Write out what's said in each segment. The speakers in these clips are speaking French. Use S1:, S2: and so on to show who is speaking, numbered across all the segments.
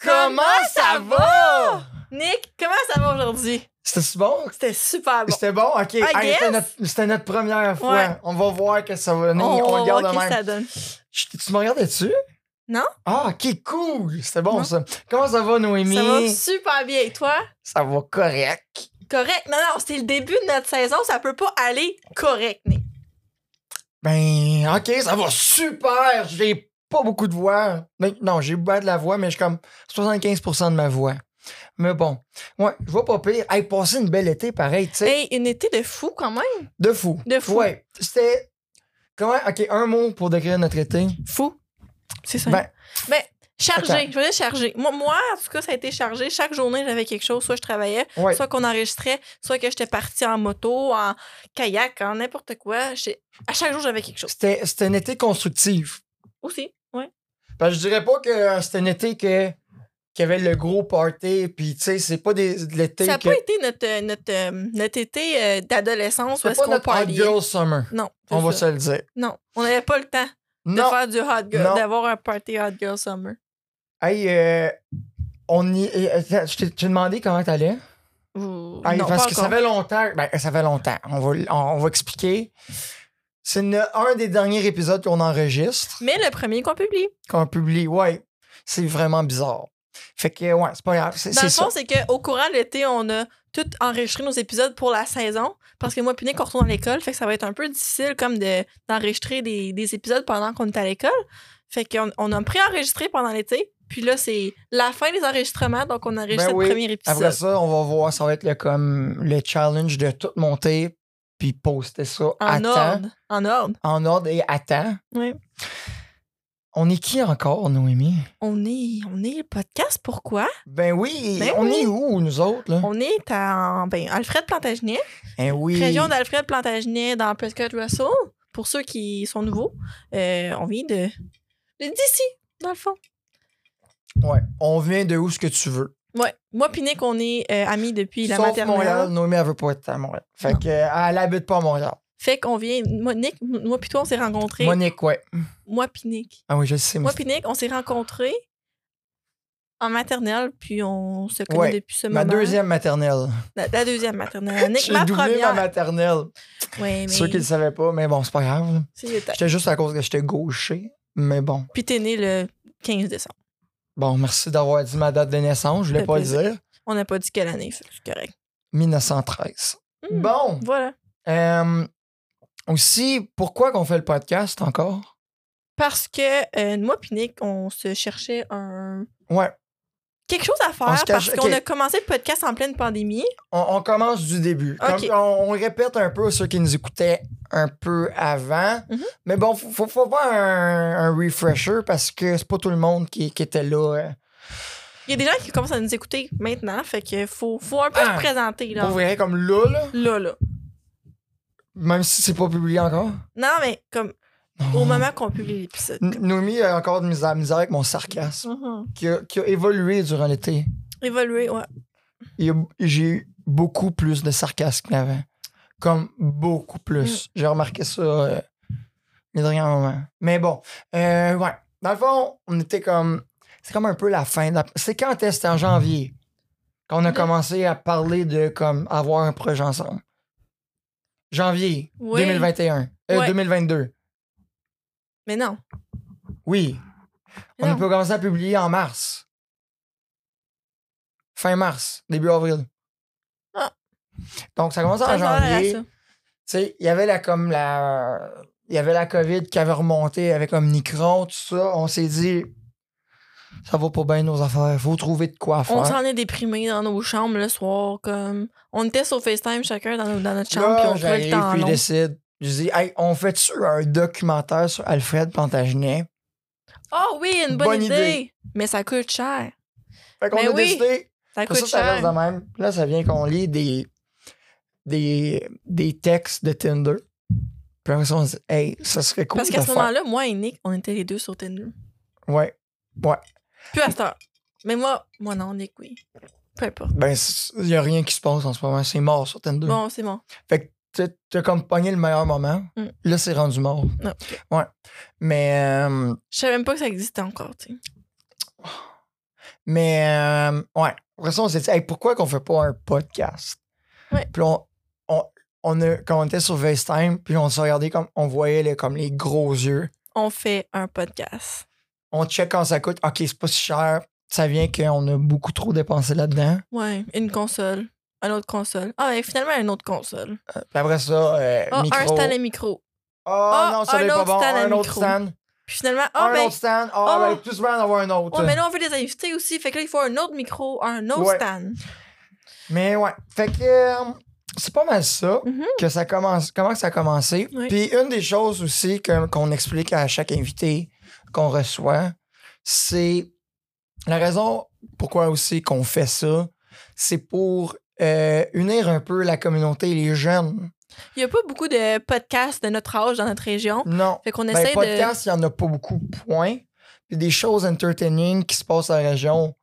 S1: Comment ça va?
S2: Nick, comment ça va aujourd'hui?
S1: C'était bon?
S2: C'était super bon.
S1: C'était bon? Ok. Hey,
S2: guess.
S1: C'était notre, c'était notre première fois.
S2: Ouais.
S1: On va voir que ça va venir. On,
S2: va
S1: le garde
S2: voir
S1: de
S2: qu'est-ce
S1: même.
S2: que Oh, ça donne.
S1: Je- Tu me regardais-tu?
S2: Non.
S1: Ah, ok, cool. C'était bon,
S2: Non.
S1: ça. Comment ça va, Noémie?
S2: Ça va super bien. Et toi?
S1: Ça va correct.
S2: Correct. Non, non, c'est le début de notre saison. Ça peut pas aller correct, Nick.
S1: Ben, ok, ça va super. J'ai pas beaucoup de voix. Ben, non, j'ai bien de la voix, mais j'ai comme 75% de ma voix. Mais bon, ouais, je vois pas pire. Hey, passer une belle été, pareil, tu sais.
S2: Hey, une été de fou quand même.
S1: De fou.
S2: De fou.
S1: Ouais. C'était. Comment? Ok, un mot pour décrire notre été.
S2: Fou. C'est ça.
S1: Ben,
S2: chargé.
S1: attends.
S2: Je veux dire chargé. Moi, moi, en tout cas, ça a été chargé. Chaque journée, j'avais quelque chose. Soit je travaillais,
S1: ouais.
S2: soit qu'on enregistrait, soit que j'étais partie en moto, en kayak, en n'importe quoi. J'ai- À chaque jour, j'avais quelque chose.
S1: C'était c'était un été constructif.
S2: Aussi. Ouais.
S1: Parce que je dirais pas que euh, c'était un été que qu'il y avait le gros party, puis tu sais, c'est pas des, de l'été
S2: Ça n'a
S1: que.
S2: pas été notre, euh, notre, euh, notre été euh, d'adolescence où
S1: C'était
S2: est-ce
S1: pas
S2: qu'on
S1: notre hot
S2: parlait.
S1: girl summer.
S2: Non, c'est
S1: On va
S2: ça.
S1: se le dire.
S2: Non, on n'avait pas le temps de
S1: Non.
S2: faire du hot girl,
S1: Non.
S2: d'avoir un party hot girl summer.
S1: Hey, euh, on y. euh, attends, Je t'ai je t'ai demandé comment t'allais.
S2: Ou-
S1: Hey,
S2: non,
S1: Ah, parce
S2: pas
S1: que
S2: encore.
S1: ça fait longtemps. Ben, ça fait longtemps. On va, on, on va expliquer. C'est une- un des derniers épisodes qu'on enregistre.
S2: Mais le premier qu'on publie.
S1: qu'on publie. Ouais, c'est vraiment bizarre. Fait que, ouais, c'est pas grave. C'est
S2: Dans
S1: c'est
S2: le
S1: ça.
S2: fond, c'est qu'au courant de l'été, on a tout enregistré nos épisodes pour la saison. Parce que moi, puis Nick, on retourne à l'école. Fait que ça va être un peu difficile comme de- d'enregistrer des, des épisodes pendant qu'on est à l'école. Fait qu'on on a préenregistré pendant l'été. Puis là, c'est la fin des enregistrements. Donc, on enregistre
S1: Ben
S2: le
S1: oui.
S2: premier épisode.
S1: Après ça, on va voir, ça va être le, comme, le challenge de tout monter puis poster ça à
S2: en
S1: temps,
S2: ordre. En ordre.
S1: en ordre et à temps.
S2: Oui.
S1: On est qui encore, Noémie?
S2: On est, on est le podcast. Pourquoi?
S1: Ben oui,
S2: Ben
S1: on
S2: oui.
S1: est où, nous autres? Là?
S2: On est à ben, Alfred Plantagenet.
S1: Eh oui.
S2: Région d'Alfred Plantagenet dans Prescott Russell. Pour ceux qui sont nouveaux, euh, on vient de, de d'ici, dans le fond.
S1: Ouais, on vient de où ce que tu veux.
S2: Ouais. Moi puis Nick, on est euh, amis depuis la
S1: Sauf
S2: maternelle.
S1: Montréal, Noémie, elle veut pas être à Montréal. Fait
S2: Non.
S1: que, euh, elle habite pas à Montréal.
S2: Fait qu'on vient. Moi, Nick, moi puis toi, on s'est rencontrés.
S1: Monique, ouais.
S2: Moi puis Nick.
S1: Ah oui, je le sais. mais
S2: Moi puis Nick, on s'est rencontrés en maternelle, puis on se connaît
S1: Ouais.
S2: depuis ce
S1: ma
S2: moment.
S1: deuxième maternelle.
S2: La, la deuxième maternelle. Nick,
S1: J'ai
S2: ma
S1: doublé ma
S2: première.
S1: maternelle.
S2: Ouais, mais.
S1: Ceux qui le savaient pas, mais bon, c'est pas grave. là.
S2: c'est le temps.
S1: J'étais juste à cause que j'étais gaucher. Mais bon.
S2: Puis t'es né le 15 décembre.
S1: Bon, merci d'avoir dit ma date de naissance. Je voulais
S2: Fait
S1: pas le
S2: plaisir.
S1: dire.
S2: On n'a pas dit quelle année, fait que c'est correct.
S1: 1913.
S2: Hmm.
S1: Bon.
S2: Voilà.
S1: euh, aussi, pourquoi qu'on fait le podcast encore?
S2: Parce que euh, moi puis Nick, on se cherchait un
S1: Ouais.
S2: quelque chose à faire
S1: On se
S2: parce
S1: cache-
S2: qu'on
S1: ok.
S2: a commencé le podcast en pleine pandémie.
S1: On, on commence du début. Comme-
S2: Ok.
S1: on, on répète un peu ceux qui nous écoutaient un peu avant.
S2: Mhm.
S1: Mais bon, faut, faut, faut faire un, un refresher parce que c'est pas tout le monde qui, qui était là. euh.
S2: Il y a des gens qui commencent à nous écouter maintenant, fait que faut faut un peu
S1: Ah!
S2: se présenter là.
S1: Pour vrai, comme là, là,
S2: Là là.
S1: même si c'est pas publié encore.
S2: Non mais comme
S1: Oh.
S2: au moment qu'on publie l'épisode.
S1: N- Noémie a encore de misère, misère avec mon sarcasme
S2: Mhm.
S1: qui a, qui a évolué durant l'été.
S2: Évoluer, ouais.
S1: Il y a- J'ai eu beaucoup plus de sarcasme qu'avant. Comme beaucoup plus. J'ai remarqué ça euh, les derniers moments. Mais bon, euh, ouais. Dans le fond, on était comme. C'est comme un peu la fin. de la- C'est quand est-ce C'était en janvier qu'on a
S2: Le-
S1: commencé à parler de comme avoir un projet ensemble. Janvier
S2: Oui.
S1: 2021. Euh,
S2: Ouais.
S1: 2022.
S2: Mais non.
S1: Oui. On
S2: Non.
S1: a commencé à publier en mars. Fin mars, début avril.
S2: Ah.
S1: Donc, ça commence en
S2: Ça ressemble à
S1: janvier.
S2: ça.
S1: Tu sais, il y avait la, comme la, il y avait la COVID qui avait remonté avec Omicron, tout ça. On s'est dit, ça va pas bien nos affaires. Faut trouver de quoi faire.
S2: On s'en est déprimé dans nos chambres le soir comme on était sur FaceTime chacun dans, nos- dans notre chambre
S1: Là,
S2: puis on trouvait
S1: j'arrive,
S2: le temps
S1: puis je
S2: long.
S1: décide. Je dis, hey, on fait-tu un documentaire sur Alfred Plantagenet?
S2: Oh oui, une bonne,
S1: Bonne
S2: idée.
S1: idée.
S2: Mais ça coûte cher.
S1: Fait qu'on
S2: Mais
S1: a
S2: oui.
S1: décidé,
S2: Ça
S1: Pour
S2: coûte
S1: ça, ça reste
S2: cher.
S1: de même. Puis Là, ça vient qu'on lit des, des, des textes de Tinder. Puis après ça, on se dit, hey, ça serait cool
S2: Parce
S1: de
S2: qu'à ce
S1: faire.
S2: moment-là, moi et Nick, on était les deux sur Tinder.
S1: Ouais.
S2: Plus à cette heure. Mais moi, moi non, Nick, oui. Peu importe.
S1: Ben, c'est- il n'y a rien qui se passe en ce moment. C'est mort sur Tinder.
S2: Bon, c'est bon.
S1: Fait que t'as- t'as comme pogné le meilleur moment.
S2: Mm. Ah,
S1: Là, c'est rendu mort.
S2: Non.
S1: Mais, euh,
S2: Je savais même pas que ça existait encore, tu sais.
S1: Mais, euh, ouais. Après ça, on s'est dit, hey, pourquoi qu'on fait pas un podcast?
S2: Ouais.
S1: Puis on, on, on a, quand on était sur FaceTime, puis on se regardait comme, on voyait les, comme les gros yeux.
S2: On fait un podcast.
S1: On check quand ça coûte. OK, c'est pas si cher. Ça vient qu'on a beaucoup trop dépensé là-dedans.
S2: Ouais, une console. Un autre console. Ah, et finalement, une autre console.
S1: Puis après ça, euh,
S2: Ah,
S1: micro.
S2: un stand à micro.
S1: Ah,
S2: Ah,
S1: non, ça
S2: un
S1: n'est pas
S2: autre
S1: bon.
S2: stand à
S1: Un autre
S2: micro.
S1: stand.
S2: Puis finalement, ah,
S1: un
S2: ben,
S1: autre stand. Ah,
S2: ah.
S1: ben, plus souvent d'avoir un autre.
S2: ouais, mais là, on veut les invités aussi. Fait que là, il faut un autre micro, un autre
S1: Ouais.
S2: stand.
S1: Mais ouais. Fait que euh, c'est pas mal ça
S2: Mhm.
S1: que ça commence. Comment que ça a commencé.
S2: Oui.
S1: Puis une des choses aussi que- qu'on explique à chaque invité qu'on reçoit, c'est la raison pourquoi aussi qu'on fait ça, c'est pour euh, unir un peu la communauté, les jeunes.
S2: Il n'y a pas beaucoup de podcasts de notre âge dans notre région.
S1: Non.
S2: Fait qu'on
S1: Ben,
S2: essaie de.
S1: podcast, il n'y en a pas beaucoup, point. Puis des choses entertaining qui se passent à la région,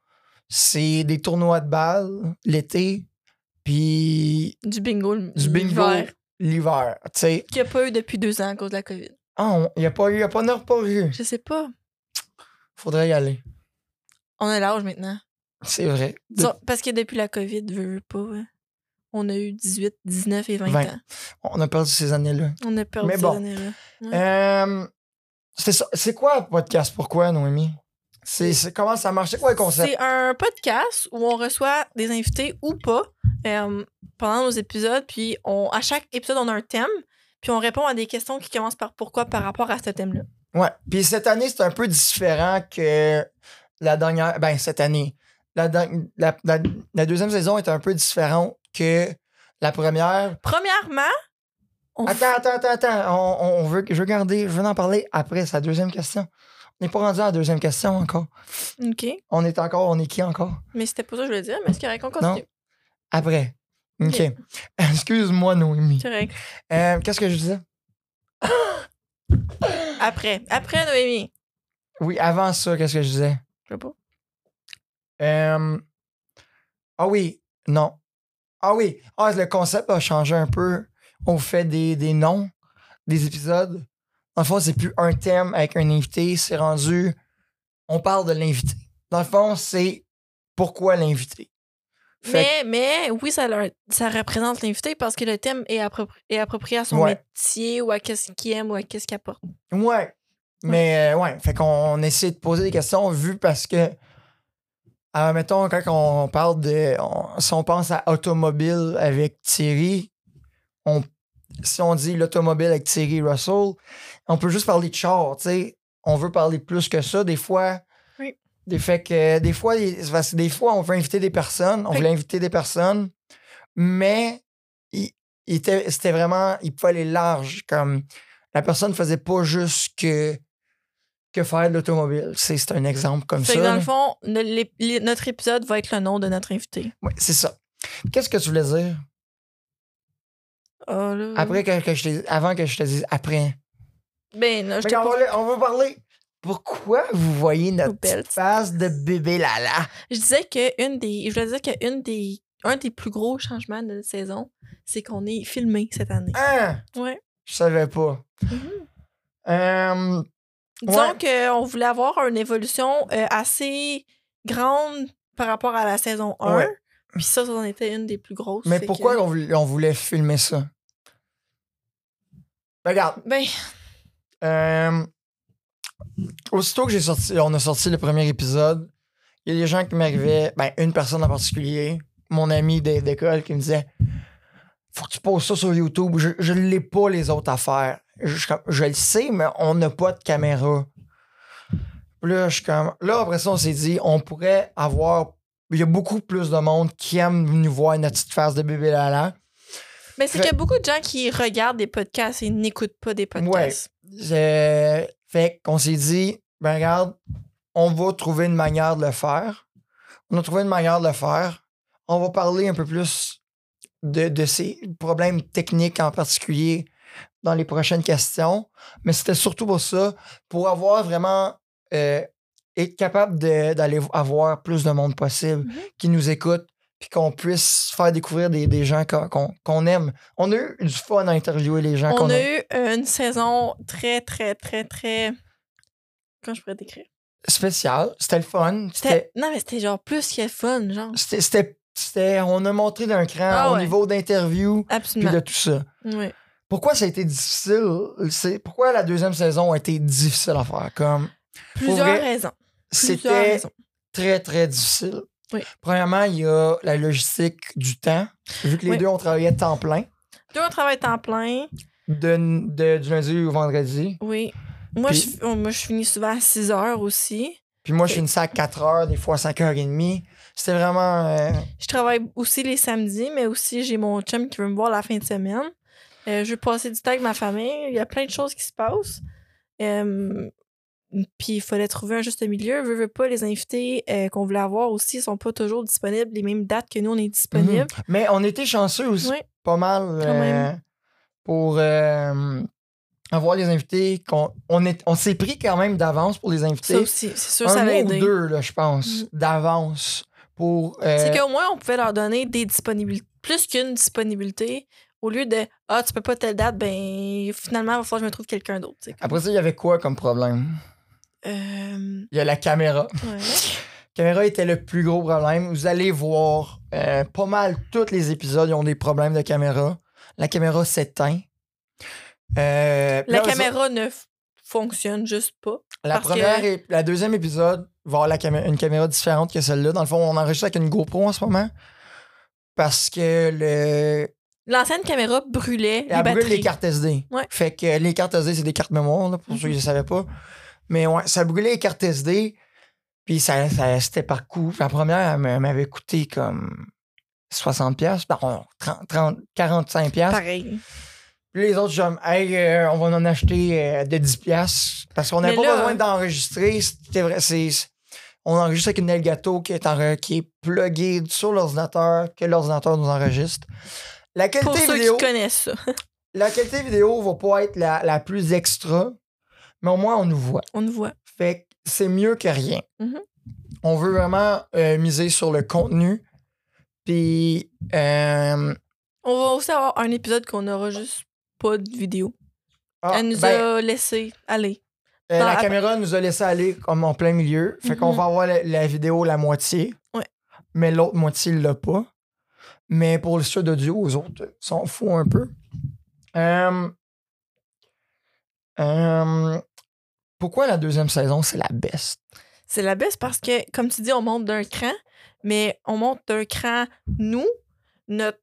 S1: c'est des tournois de balles l'été, puis
S2: Du bingo.
S1: du bingo
S2: l'hiver,
S1: l'hiver. Tu sais,
S2: Qu'il n'y a pas eu depuis deux ans à cause de la COVID.
S1: ah, il n'y a pas eu, il n'y a pas d'heure pas eu.
S2: Je sais pas.
S1: Faudrait y aller.
S2: On a l'âge maintenant.
S1: C'est vrai. De-
S2: Disons, parce que depuis la COVID, veux, veux pas, ouais, on a eu 18, 19 et 20,
S1: Vingt.
S2: ans.
S1: On a perdu ces années-là.
S2: On a perdu
S1: Mais bon.
S2: ces années-là. Ouais.
S1: Euh, c'est ça- c'est quoi un podcast? Pourquoi, Noémie? C'est c'est- comment ça marche? C'est quoi le concept?
S2: C'est un podcast où on reçoit des invités ou pas euh, pendant nos épisodes. Puis on, à chaque épisode, on a un thème. Puis on répond à des questions qui commencent par pourquoi par rapport à ce thème-là.
S1: Ouais. Puis cette année, c'est un peu différent que la dernière. Ben, cette année. La, dan- la- la- la deuxième saison est un peu différente que la première.
S2: Premièrement, on f-
S1: Attends, attends, attends, attends. On, on- on veut, je veux garder, je veux en parler après, sa deuxième question. On n'est pas rendu à la deuxième question encore.
S2: OK.
S1: On est encore, on est qui encore?
S2: Mais c'était pas ça que je voulais dire, mais c'est correct, on
S1: Non.
S2: continue.
S1: Après. OK.
S2: Ok.
S1: Excuse-moi, Noémie.
S2: C'est correct.
S1: Euh, Qu'est-ce que je disais?
S2: Après. Après, Noémie.
S1: Oui, avant ça, qu'est-ce que je disais?
S2: Je sais pas.
S1: Euh, Ah oui, non. Ah oui, ah, le concept a changé un peu. On fait des, des noms, des épisodes. Dans le fond, c'est plus un thème avec un invité, c'est rendu. On parle de l'invité. Dans le fond, c'est pourquoi l'invité. Fait
S2: Mais, mais oui, ça, leur- ça représente l'invité parce que le thème est, appropri- est approprié à son
S1: Ouais.
S2: métier ou à qu'est-ce qu'il aime ou à qu'est-ce qu'il apporte.
S1: que- ouais. Mais euh, ouais, fait qu'on essaie de poser des questions vu parce que. ah, mettons, quand on parle de. on- si on pense à automobile avec Thierry, on, si on dit l'automobile avec Thierry Russell, on peut juste parler de char, tu sais. On veut parler plus que ça. Des fois.
S2: Oui.
S1: Des fait que des fois, il- c'est parce que des fois, on veut inviter des personnes. On
S2: Oui.
S1: voulait inviter des personnes, mais il, il était, c'était vraiment. Il pouvait aller large. Comme la personne faisait pas juste que, que faire de l'automobile. C'est, c'est un exemple comme
S2: Fait
S1: ça.
S2: que dans
S1: là.
S2: le fond, le- l'ép- l'é- notre épisode va être le nom de notre invité.
S1: Ouais, c'est ça. Qu'est-ce que tu voulais dire?
S2: Ah, là.
S1: Après que, que je te- avant que je te dise après.
S2: Ben, là, je
S1: Mais
S2: t'ai
S1: on,
S2: pas-
S1: va, le- on va parler. Pourquoi vous voyez notre
S2: Belle
S1: petite face de bébé Lala?
S2: Je disais que une des. Je voulais dire que une des. Un des plus gros changements de la saison, c'est qu'on est filmé cette année.
S1: Hein?
S2: Ouais.
S1: Je savais pas.
S2: Mhm.
S1: Euh,
S2: Disons qu'on voulait avoir une évolution euh, assez grande par rapport à la saison 1.
S1: Ouais.
S2: Puis ça, ça en était une des plus grosses.
S1: mais
S2: Fait
S1: pourquoi
S2: que-
S1: on, voulait, on voulait filmer ça? Regarde,
S2: Ben,
S1: euh, aussitôt que j'ai sorti, on a sorti le premier épisode, il y a des gens qui m'arrivaient, ben, une personne en particulier, mon ami d'é- d'école, qui me disait Faut que tu poses ça sur YouTube, je, je l'ai pas les autres affaires. Je, suis comme, Je le sais, mais on n'a pas de caméra. Puis Là, je suis comme. Là, après ça, on s'est dit, on pourrait avoir. Il y a beaucoup plus de monde qui aime nous voir notre petite face de bébé Lala.
S2: ben c'est
S1: Fait-
S2: qu'il y a beaucoup de gens qui regardent des podcasts et n'écoutent pas des podcasts.
S1: Je- Fait qu'on s'est dit, ben regarde, on va trouver une manière de le faire. On a trouvé une manière de le faire. On va parler un peu plus de, de ces problèmes techniques en particulier dans les prochaines questions. Mais c'était surtout pour ça, pour avoir vraiment. euh, être capable de- d'aller avoir plus de monde possible
S2: Mhm.
S1: qui nous écoute, puis qu'on puisse faire découvrir des, des gens qu'on qu'on- qu'on aime. On a eu du fun à interviewer les gens
S2: On
S1: qu'on
S2: a
S1: aime.
S2: eu une saison très, très, très, très. Comment je pourrais décrire
S1: spécial. C'était le fun.
S2: C'était... Non, mais c'était genre plus que fun, genre.
S1: C'était, c'était, c'était- on a montré d'un cran
S2: Ah
S1: au
S2: ouais.
S1: niveau d'interview puis
S2: Absolument.
S1: de tout ça.
S2: Oui.
S1: Pourquoi ça a été difficile? C'est, pourquoi la deuxième saison a été difficile à faire? Comme,
S2: Plusieurs
S1: vrai,
S2: raisons. Plusieurs
S1: c'était
S2: raisons.
S1: très, très difficile.
S2: Oui.
S1: Premièrement, il y a la logistique du temps. Vu que les
S2: Oui.
S1: deux, on travaillait temps plein,
S2: Deux, on travaille temps plein.
S1: de, de- du lundi au vendredi.
S2: Oui. Moi,
S1: Puis-
S2: je, oh, moi, je finis souvent à 6 heures aussi.
S1: Puis moi, je suis une à 4 heures, des fois 5 heures et demie. C'était vraiment. euh,
S2: Je travaille aussi les samedis, mais aussi j'ai mon chum qui veut me voir la fin de semaine. Euh, je veux passer du temps avec ma famille. Il y a plein de choses qui se passent. Euh, puis il fallait trouver un juste milieu. Veux, veux pas, les invités euh, qu'on voulait avoir aussi sont pas toujours disponibles les mêmes dates que nous, on est disponibles.
S1: Mais on était chanceux aussi,
S2: Oui.
S1: pas mal, euh,
S2: même.
S1: pour euh, avoir les invités. qu'on on est- on s'est pris quand même d'avance pour les invités.
S2: Ça aussi, c'est sûr,
S1: un
S2: ça
S1: mois
S2: l'a
S1: ou
S2: aidé. Mm.
S1: deux, là, je pense, d'avance pour. euh,
S2: C'est qu'au moins, on pouvait leur donner des disponibilités, plus qu'une disponibilité, au lieu de Ah, tu peux pas telle date, ben finalement, il va falloir que je me trouve quelqu'un d'autre. tu sais, comme-
S1: Après ça, il y avait quoi comme problème?
S2: Euh,
S1: Il y a la caméra.
S2: ouais.
S1: La caméra était le plus gros problème. Vous allez voir, euh, pas mal tous les épisodes ils ont des problèmes de caméra. La caméra s'éteint. Euh,
S2: La
S1: là,
S2: caméra ne f- fonctionne juste pas.
S1: La
S2: Parce
S1: première
S2: que-
S1: et la deuxième épisode va avoir la camé- une caméra différente que celle-là. Dans le fond, on enregistre avec une GoPro en ce moment. Parce que le.
S2: L'ancienne caméra brûlait les
S1: Elle brûle
S2: batteries.
S1: les cartes SD.
S2: Ouais. Mhm.
S1: Fait que les cartes SD, c'est des cartes mémoire, là, pour ceux qui ne savaient pas. Mais ouais, ça brûlait les cartes SD. Puis ça, ça- c'était par coup. La première, elle m'a- m'avait coûté comme 60$. Pardon, 30, 30, 45$.
S2: Pareil.
S1: Puis les autres, je me hey, euh, on va en acheter euh, de 10 pièces parce qu'on n'avait pas
S2: Mais là- hein.
S1: besoin d'enregistrer. C'était vrai, c'est c'est- on enregistre avec une Elgato qui est en, qui est pluguée sur l'ordinateur que l'ordinateur nous enregistre. La
S2: Pour
S1: qualité
S2: ceux
S1: vidéo,
S2: qui connaissent ça,
S1: la qualité vidéo va pas être la, la plus extra, mais au moins on nous voit.
S2: on le voit.
S1: Fait que c'est mieux que rien.
S2: Mhm.
S1: On veut vraiment euh, miser sur le contenu. Puis euh,
S2: On va aussi avoir un épisode qu'on aura juste pas de vidéo.
S1: ah,
S2: Elle nous
S1: ben,
S2: a laissé aller.
S1: Euh,
S2: Non,
S1: la
S2: après-
S1: caméra nous a laissé aller comme en plein milieu. Fait qu'on
S2: Mhm.
S1: va avoir la, la vidéo la moitié.
S2: Ouais.
S1: Mais l'autre moitié, il l'a pas. Mais pour le studio d'audio, les autres euh, s'en fout un peu. Euh, euh, pourquoi la deuxième saison, c'est la best?
S2: C'est la baisse parce que, comme tu dis, on monte d'un cran, mais on monte d'un cran, nous, notre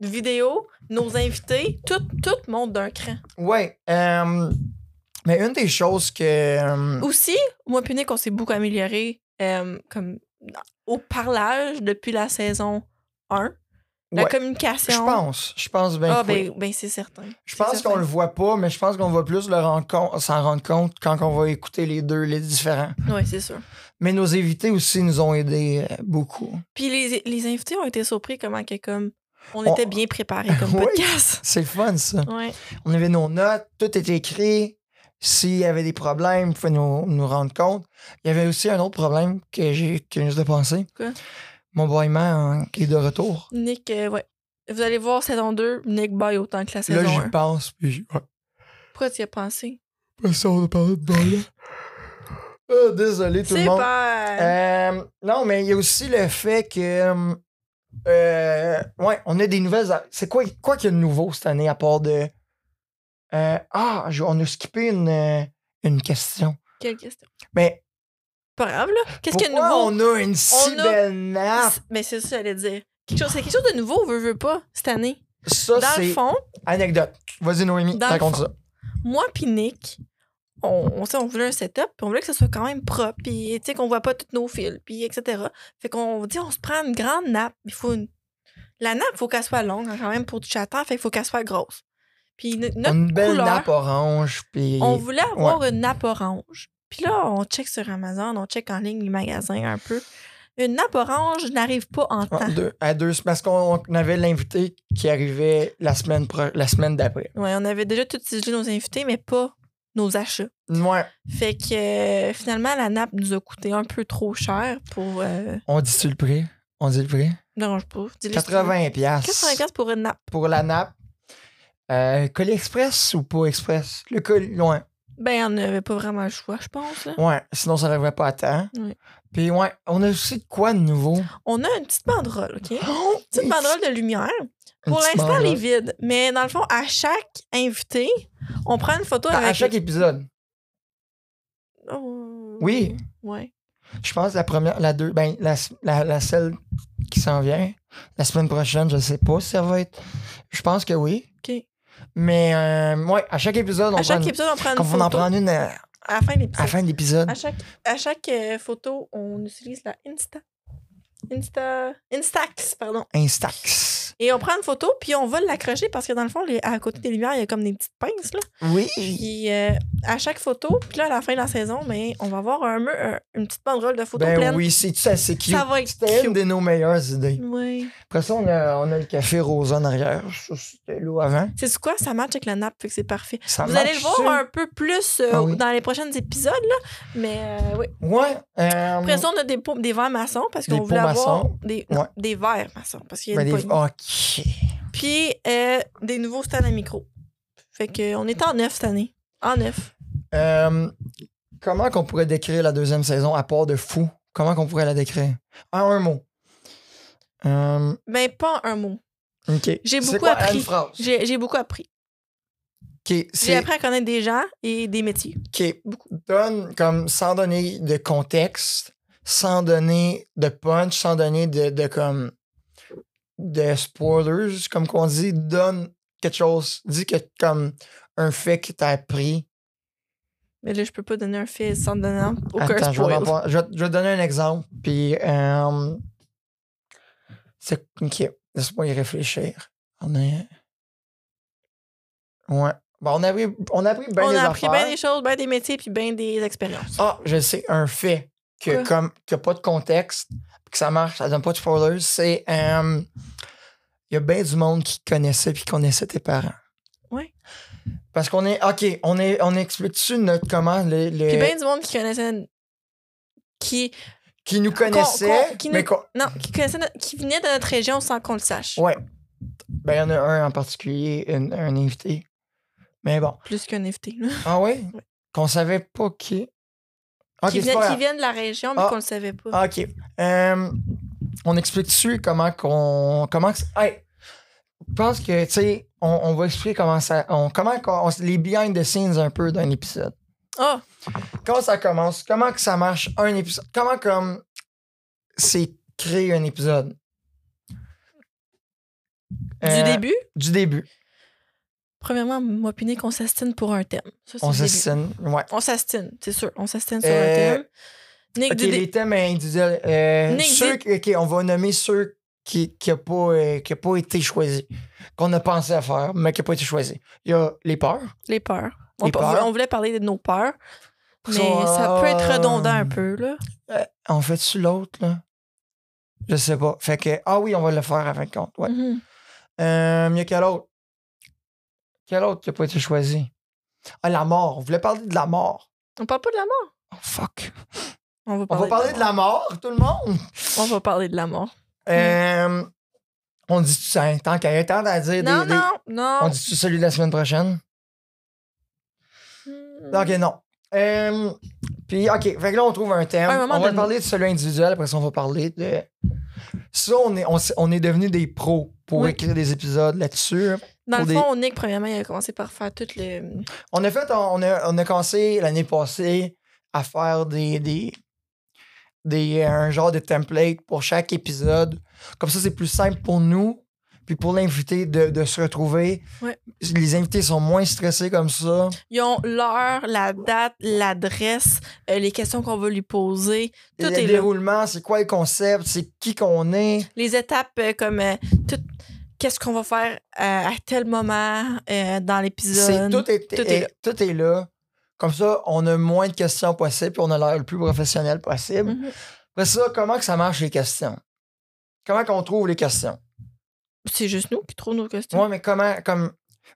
S2: vidéo, nos invités, tout, tout monte d'un cran.
S1: Ouais. euh, mais une des choses que. euh,
S2: Aussi, moi, Punic, on s'est beaucoup amélioré euh, comme, au parlage depuis la saison 1. La
S1: Ouais.
S2: Bah, communication.
S1: je pense. hein, Je pense bien
S2: Ah,
S1: que oui.
S2: ben, ben c'est certain.
S1: Je
S2: C'est
S1: pense qu'on
S2: certain.
S1: le voit pas, mais je pense qu'on va plus le rendre compte- s'en rendre compte quand on va écouter les deux, les différents.
S2: Oui, c'est sûr.
S1: Mais nos invités aussi nous ont aidés euh, beaucoup.
S2: Puis les, les invités ont été surpris comment que, comme, on,
S1: On-
S2: était bien préparés comme
S1: Oui.
S2: podcast.
S1: C'est le fun, ça.
S2: Ouais.
S1: On avait nos notes, tout était écrit. S'il y avait des problèmes, il pouvait nous, nous rendre compte. Il y avait aussi un autre problème que j'ai que je viens de penser.
S2: Quoi?
S1: Mon boyman hein, qui est de retour.
S2: Nick, euh, ouais. Vous allez voir saison 2, Nick baille autant que la
S1: Là,
S2: saison
S1: j'y
S2: 1.
S1: pense, puis je- ouais.
S2: Pourquoi tu y as pensé?
S1: Après ça, on a parlé de boyman. Ah, désolé tout le
S2: C'est
S1: monde.
S2: pas...
S1: Euh, non, mais il y a aussi le fait que. euh, ouais, on a des nouvelles. a- C'est quoi, quoi qu'il y a de nouveau cette année à part de. euh, ah, je- on a skippé une, euh, une question.
S2: Quelle question?
S1: Mais
S2: Pas grave, là. Qu'est-ce qu'il y a de
S1: ben, pourquoi
S2: nouveau?
S1: on a une si
S2: On a-
S1: belle nappe?
S2: Mais c'est ça, j'allais dire. Quelque chose, c'est quelque chose de nouveau, veut, veut pas, cette année.
S1: Ça,
S2: Dans le
S1: c'est
S2: fond,
S1: anecdote. Vas-y, Noémie,
S2: Dans le
S1: raconte
S2: fond.
S1: ça.
S2: moi puis Nick, on, on, sait, on voulait un setup, puis on voulait que ce soit quand même propre, puis tu sais, qu'on voit pas tous nos fils, puis etc. Fait qu'on dit, on se prend une grande nappe. Il faut une... La nappe, faut qu'elle soit longue hein, quand même pour du chaton, fait qu'il faut qu'elle soit grosse. Puis no- notre
S1: Une belle
S2: couleur,
S1: nappe orange, puis.
S2: on voulait avoir une nappe orange. Puis là, on check sur Amazon, on check en ligne les magasins un peu. Une nappe orange n'arrive pas en temps.
S1: Ouais, deux- à deux, parce qu'on on avait l'invité qui arrivait la semaine, pro- la semaine d'après.
S2: Ouais, on avait déjà tout utilisé nos invités, mais pas nos achats.
S1: Ouais,
S2: Fait que euh, finalement, la nappe nous a coûté un peu trop cher pour. Euh, ne
S1: on dit-tu le prix? On dit le prix?
S2: dérange pas. dis-le si tu veux.
S1: 80 pièces
S2: 95 pour une nappe.
S1: pour la nappe. Euh, colis express ou pas express? Le colis, loin.
S2: Ben, on n'avait pas vraiment le choix, je pense. là.
S1: Ouais, sinon ça n'arriverait pas à temps.
S2: Oui.
S1: Puis ouais, on a aussi de quoi de nouveau?
S2: On a une petite banderole, OK? Une
S1: Oh,
S2: petite banderole de lumière. Pour l'instant, elle est vide. Mais dans le fond, à chaque invité, on prend une photo avec...
S1: À chaque épisode.
S2: Oh.
S1: Oui.
S2: Ouais.
S1: Je pense la première, la deux, ben la, la, la celle qui s'en vient, la semaine prochaine, je sais pas si ça va être. Je pense que oui.
S2: OK.
S1: Mais euh, ouais, à chaque épisode, on
S2: À chaque
S1: prend une-
S2: épisode, on prend une
S1: Comme
S2: photo.
S1: on en prend une euh, à, à
S2: À la fin de l'épisode.
S1: la fin de l'épisode.
S2: À chaque, à chaque euh, photo, on utilise la Insta. Insta. Instax, pardon.
S1: Instax.
S2: Et on prend une photo, puis on va l'accrocher parce que dans le fond, les- à côté des lumières, il y a comme des petites pinces. Là.
S1: Oui.
S2: Puis euh, à chaque photo, puis là, à la fin de la saison, ben, on va avoir un, mur- un- une petite banderole de photos
S1: Ben
S2: pleines.
S1: oui, c'est ça, c'est cute.
S2: Ça va être
S1: C'était une
S2: cute.
S1: de nos meilleures idées.
S2: Oui.
S1: Après ça, on a, on a le café rosa en arrière. Ça, C'était l'eau avant.
S2: C'est quoi? Ça match avec la nappe, fait que c'est parfait.
S1: Ça
S2: Vous allez le
S1: marche,
S2: voir
S1: ça.
S2: un peu plus euh,
S1: Ah oui.
S2: dans les prochains épisodes, là. mais euh, oui.
S1: Ouais. euh,
S2: Après ça, on a des, pots- des verres maçons parce
S1: Des
S2: qu'on voulait
S1: pots
S2: avoir
S1: maçons.
S2: des, non,
S1: Ouais.
S2: des verres maçons parce qu'il y a
S1: ben
S2: une
S1: des-
S2: poignée.
S1: OK.
S2: Puis euh, des nouveaux stands à micro. Fait que on est en neuf cette année. En neuf.
S1: Euh, comment qu'on pourrait décrire la deuxième saison à part de fou? Comment qu'on pourrait la décrire? En un mot. Euh,
S2: Mais Ben, pas en un mot.
S1: OK.
S2: J'ai
S1: C'est
S2: beaucoup
S1: quoi,
S2: appris.
S1: Une phrase.
S2: J'ai j'ai beaucoup appris.
S1: OK.
S2: J'ai
S1: C'est
S2: appris à connaître des gens et des métiers.
S1: qui donne comme sans donner de contexte, sans donner de punch, sans donner de, de comme de spoilers, comme qu'on dit, donne quelque chose, dis que comme un fait que t'as appris.
S2: Mais là, je peux pas donner un fait sans donner aucun
S1: Attends, je, vais
S2: spoil.
S1: en prendre- je vais- je vais te donner un exemple, puis euh, c'est ok. Laisse-moi y réfléchir. On est ouais. Bon, on a pris, on a pris bien
S2: on
S1: des
S2: a appris
S1: affaires.
S2: bien des choses, bien des métiers puis bien des expériences.
S1: Ah, je sais, un fait que
S2: Quoi?
S1: comme qu'il n'y a pas de contexte, puis que ça marche, ça donne pas de spoilers, c'est euh, il y a bien du monde qui connaissait puis qui connaissait tes parents.
S2: Ouais.
S1: Parce qu'on est. OK, on est on explique-tu notre comment le, le-
S2: Puis ben, bien du monde qui connaissait qui
S1: qui nous connaissait,
S2: qu'on- qui
S1: mais
S2: nous-
S1: qu'on-
S2: non, qui connaissait no- qui venait de notre région sans qu'on le sache.
S1: Ouais. Ben, il y en a un en particulier, une- un invité. Mais bon.
S2: Plus qu'un invité.
S1: Ah oui?
S2: Ouais.
S1: Qu'on savait pas qui. Ok,
S2: qui,
S1: c'est
S2: venait,
S1: pas
S2: qui
S1: grave.
S2: viennent de la région mais
S1: Ah.
S2: qu'on le savait pas.
S1: Ah, OK. Euh, on explique-tu comment qu'on. Comment. que- Hey! Je pense que, tu sais, on, on va expliquer comment ça. On, comment qu'on- on- les behind the scenes un peu d'un épisode.
S2: Ah,
S1: Quand ça commence, comment que ça marche un épisode. Comment comme. C'est créer un épisode.
S2: du
S1: Euh,
S2: Ah, début
S1: Du début.
S2: Premièrement, m'opiner qu'on s'astine pour un thème. Ça, c'est
S1: On
S2: le début.
S1: s'assine. Ouais.
S2: On s'astine, c'est sûr. On s'astine sur
S1: Euh,
S2: un thème. Nick
S1: Ok,
S2: du dé-
S1: les thèmes individuels. euh,
S2: Nick
S1: ceux, ok, on va nommer ceux qui n'ont pas, euh, qui a pas été choisis, qu'on a pensé à faire, mais qui n'ont pas été choisis. Il y a les peurs.
S2: les peurs. On,
S1: les
S2: pa-
S1: peurs.
S2: on voulait parler de nos peurs, mais
S1: Sont,
S2: ça peut être
S1: euh,
S2: redondant un peu. Là.
S1: On fait-tu l'autre, là? Je sais pas. Fait que, ah oui, on va le faire à fin de compte. Ouais.
S2: Mhm.
S1: Euh, il y a quel autre? Quel autre qui n'a pas été choisi? Ah, la mort. On voulait parler de la mort.
S2: On parle pas de la mort.
S1: Oh, fuck.
S2: On va
S1: On
S2: parler,
S1: va parler de la mort, tout le monde?
S2: mort. On va parler de la mort.
S1: Euh, on dit tout ça, hein, tant qu'à tant à dire
S2: Non,
S1: des- des-
S2: non, non.
S1: On dit-tu celui de la semaine prochaine?
S2: Hmm.
S1: Ok, non. Euh, puis, ok, fait que là, on trouve un thème.
S2: À un moment
S1: on va
S2: donné.
S1: parler de celui individuel, après ça, on va parler de. Ça, on est, on, s- on est devenus des pros pour
S2: Oui.
S1: écrire des épisodes là-dessus.
S2: Dans le
S1: pour
S2: fond, Nick, premièrement, il a commencé par faire tout le.
S1: On a fait, on a, on a commencé l'année passée à faire des, des, des- un genre de template pour chaque épisode. Comme ça, c'est plus simple pour nous, puis pour l'invité de, de se retrouver.
S2: Ouais.
S1: Les invités sont moins stressés comme ça.
S2: Ils ont l'heure, la date, l'adresse, euh, les questions qu'on va lui poser. Tout
S1: le
S2: est là.
S1: déroulement, c'est quoi le concept, c'est qui qu'on est.
S2: les étapes euh, comme euh, tout qu'est-ce qu'on va faire euh, à tel moment euh, dans
S1: C'est
S2: l'épisode.
S1: tout est,
S2: tout
S1: est-
S2: est là.
S1: tout est là. Comme ça, on a moins de questions possibles, puis on a l'air le plus professionnel possible.
S2: Mhm.
S1: Après ça, comment que ça marche les questions? Comment qu'on trouve les questions?
S2: C'est juste nous qui trouvons nos questions.
S1: Ouais, mais comment comme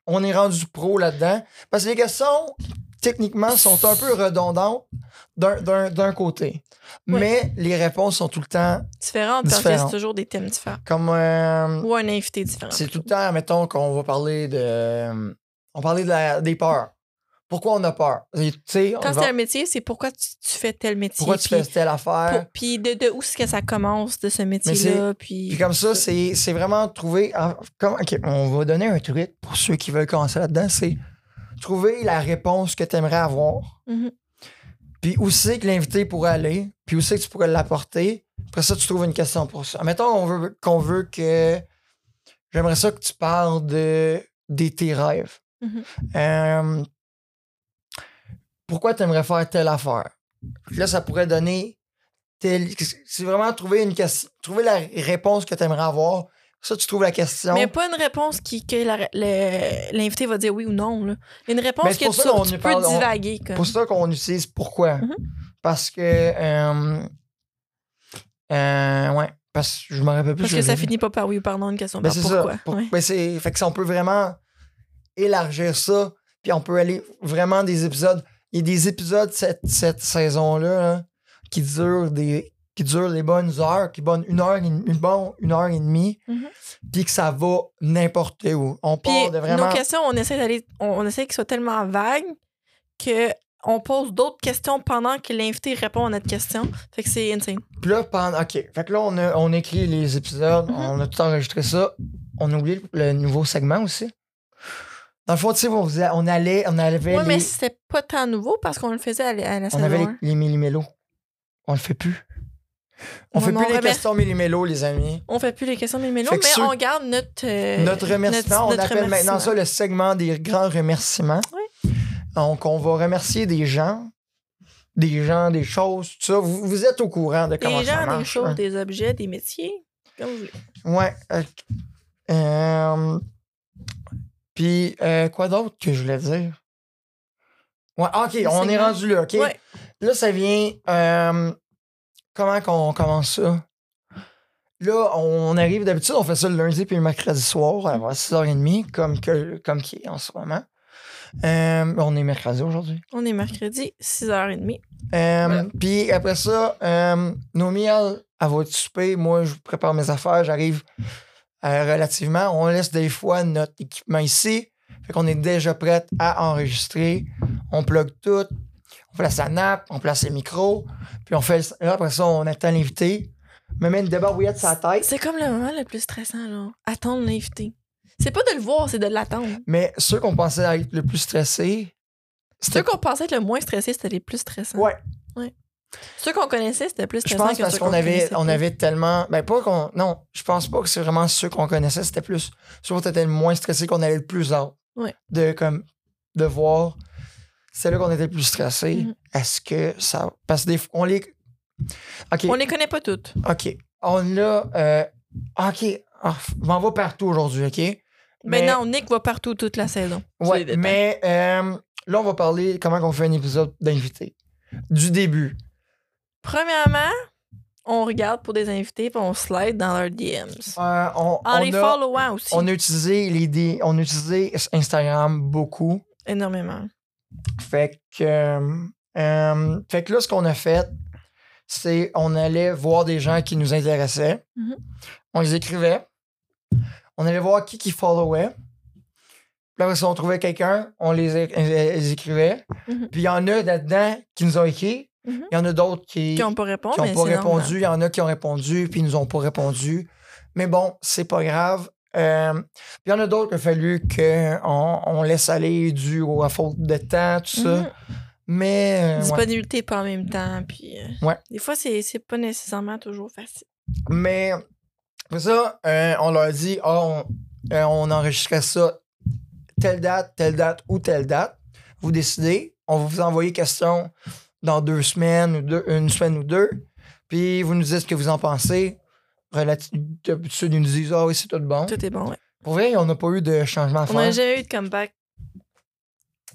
S1: on est rendu pro là-dedans? Parce que les questions, techniquement, sont un peu redondantes d'un- d'un d'un côté.
S2: Ouais.
S1: Mais les réponses sont tout le temps
S2: Différentes parce que
S1: Différentes.
S2: c'est toujours des thèmes différents.
S1: comme euh,
S2: Ou un invité différent.
S1: euh, C'est tout le temps, mettons, qu'on va parler de. On parlait de la- des peurs. pourquoi on a peur. Et, tu sais, on
S2: Quand
S1: va-
S2: c'est un métier, c'est pourquoi tu, tu fais tel métier.
S1: pourquoi tu
S2: puis
S1: fais telle affaire.
S2: pour- Puis de, de où est-ce que ça commence de ce métier-là? Puis,
S1: Puis comme ça, c'est c'est vraiment trouver. en- Comme, OK, on va donner un truc pour ceux qui veulent commencer là-dedans c'est trouver la réponse que tu aimerais avoir.
S2: Mhm.
S1: Puis où c'est que l'invité pourrait aller, puis où c'est que tu pourrais l'apporter. Après ça, tu trouves une question pour ça. Mettons qu'on veut, qu'on veut que. J'aimerais ça que tu parles de, de tes rêves.
S2: Mhm.
S1: Euh, pourquoi tu aimerais faire telle affaire? Puis là, ça pourrait donner tel. C'est vraiment trouver une question. Trouver la réponse que tu aimerais avoir. Ça, tu trouves la question.
S2: Mais pas une réponse qui, que la- le- l'invité va dire oui ou non. Là. Une
S1: Mais
S2: réponse
S1: c'est
S2: que
S1: pour ça qu'on
S2: tu, tu
S1: lui
S2: peux
S1: parle- on-
S2: divaguer. Comme.
S1: pour ça qu'on utilise pourquoi.
S2: Mhm.
S1: Parce que. euh, euh, ouais. Parce que je me rappelle plus.
S2: Parce
S1: ce
S2: que ça
S1: j'ai dit.
S2: finit pas par oui ou par non, une question
S1: Ben,
S2: par
S1: c'est
S2: pourquoi.
S1: ça. Pour-
S2: Ouais.
S1: ben, c'est, fait que ça, on peut vraiment élargir ça. Puis on peut aller vraiment des épisodes. Il y a des épisodes cette, cette saison-là hein, qui durent des qui durent les bonnes heures, qui bonne une heure, et- une, bon, une heure et demie,
S2: Mhm.
S1: puis que ça va n'importe où. On
S2: Puis
S1: part de vraiment.
S2: nos questions, on essaie d'aller, on, on essaie qu'ils soient tellement vagues que on pose d'autres questions pendant que l'invité répond à notre question. Fait que c'est insane.
S1: Puis là, pendant. OK. Fait que là, on a, on a écrit les épisodes,
S2: Mhm.
S1: on a tout enregistré ça. On a oublié le nouveau segment aussi. Dans le fond, tu sais, on, faisait- on allait. On avait
S2: Ouais, mais
S1: les-
S2: c'était pas tant nouveau parce qu'on le faisait à, la- à la
S1: On
S2: saison
S1: avait les,
S2: un.
S1: les millimélos. On le fait plus. On
S2: Non,
S1: fait
S2: non,
S1: plus les
S2: remer-
S1: questions millimélos, les amis.
S2: On fait plus les questions mais mais
S1: Fait que ceux-
S2: on garde notre euh,
S1: notre remerciement,
S2: notre-
S1: on
S2: notre
S1: appelle maintenant ça
S2: remerciement.
S1: le segment des grands remerciements. Donc, on va remercier des gens, des gens, des choses, tout ça. Vous, vous êtes au courant de comment
S2: Des
S1: ça
S2: gens, des
S1: marche.
S2: choses,
S1: hein.
S2: des objets, des métiers. Comme vous voulez.
S1: Ouais. euh, euh, Puis, euh, quoi d'autre que je voulais dire? Ouais, OK,
S2: Le
S1: on est
S2: segment.
S1: rendu là, OK?
S2: Ouais.
S1: Là, ça vient. euh, comment qu'on commence ça? Là, on arrive d'habitude, on fait ça le lundi puis le mercredi soir à 6h30, comme, que, comme qui est en ce moment. Euh, on est mercredi aujourd'hui.
S2: On est mercredi, 6h30.
S1: Euh,
S2: Voilà.
S1: Puis après ça, euh, Nomi, elle, elle va souper. Moi, je prépare mes affaires. J'arrive euh, relativement. On laisse des fois notre équipement ici. Fait qu'on est déjà prête à enregistrer. On plug tout. On place la nappe, on place les micros. Puis on fait. le- là, après ça, on attend l'invité. Me met une débarbouillette sur la tête.
S2: C'est comme le moment le plus stressant, genre. Attendre l'invité. C'est pas de le voir, c'est de l'attendre.
S1: Mais ceux qu'on pensait être le plus stressés,
S2: Ceux
S1: c'était.
S2: qu'on pensait être le moins stressé, c'était les plus stressants.
S1: Ouais,
S2: Ceux qu'on connaissait, c'était plus
S1: je
S2: stressant
S1: pense
S2: que
S1: parce
S2: ceux
S1: qu'on avait,
S2: connaissait
S1: on
S2: pas.
S1: avait tellement. Ben, pas qu'on. Non, je pense pas que c'est vraiment ceux qu'on connaissait. C'était plus. Ceux où t'étais le moins stressé qu'on allait le plus hâte.
S2: Ouais.
S1: De, comme, de voir. C'est là qu'on était le plus stressé.
S2: Mhm.
S1: Est-ce que ça. Parce que des fois, on les. OK.
S2: On les connaît pas toutes.
S1: OK. On a. euh, OK. Ah, f- on m'en va partout aujourd'hui, OK?
S2: Mais non, Nick va partout toute la saison.
S1: Ouais,
S2: C'est des détails.
S1: mais euh, là, on va parler comment on fait un épisode d'invité. Du début.
S2: Premièrement, on regarde pour des invités puis on slide dans leurs DMs.
S1: Euh, on,
S2: En
S1: on
S2: Ah, les
S1: a-
S2: followant aussi.
S1: On a utilisé les dé- on a utilisé Instagram beaucoup.
S2: Énormément.
S1: Fait que, euh, euh, fait que là, ce qu'on a fait, c'est on allait voir des gens qui nous intéressaient.
S2: Mhm.
S1: On les écrivait. On allait voir qui qui followait. Puis après, si on trouvait quelqu'un, on les, é- é- les écrivait.
S2: Mhm.
S1: Puis il y en a là-dedans qui nous ont écrit. Il
S2: Mhm.
S1: y en a d'autres qui,
S2: Qui n'ont pas répondu.
S1: qui
S2: mais
S1: n'ont pas
S2: c'est normal.
S1: répondu. Il y en a qui ont répondu, puis ils nous ont pas répondu. Mais bon, c'est pas grave. Euh, puis il y en a d'autres qu'il a fallu qu'on on laisse aller dû au- à faute de temps, tout ça.
S2: Mhm.
S1: Mais euh, ouais.
S2: Disponibilité pas en même temps. Puis, euh,
S1: Ouais.
S2: Des fois, c'est c'est pas nécessairement toujours facile.
S1: Mais après ça, euh, on leur dit Ah, on, euh, on enregistrait ça telle date, telle date ou telle date. Vous décidez. On va vous envoyer question dans deux semaines ou deux, une semaine ou deux. Puis vous nous dites ce que vous en pensez. Relati- D'habitude, ils nous disent Ah oui, c'est tout bon.
S2: Tout est bon, ouais.
S1: Pour vrai, on n'a pas eu de changement à
S2: On n'a
S1: faire.
S2: jamais eu de comeback.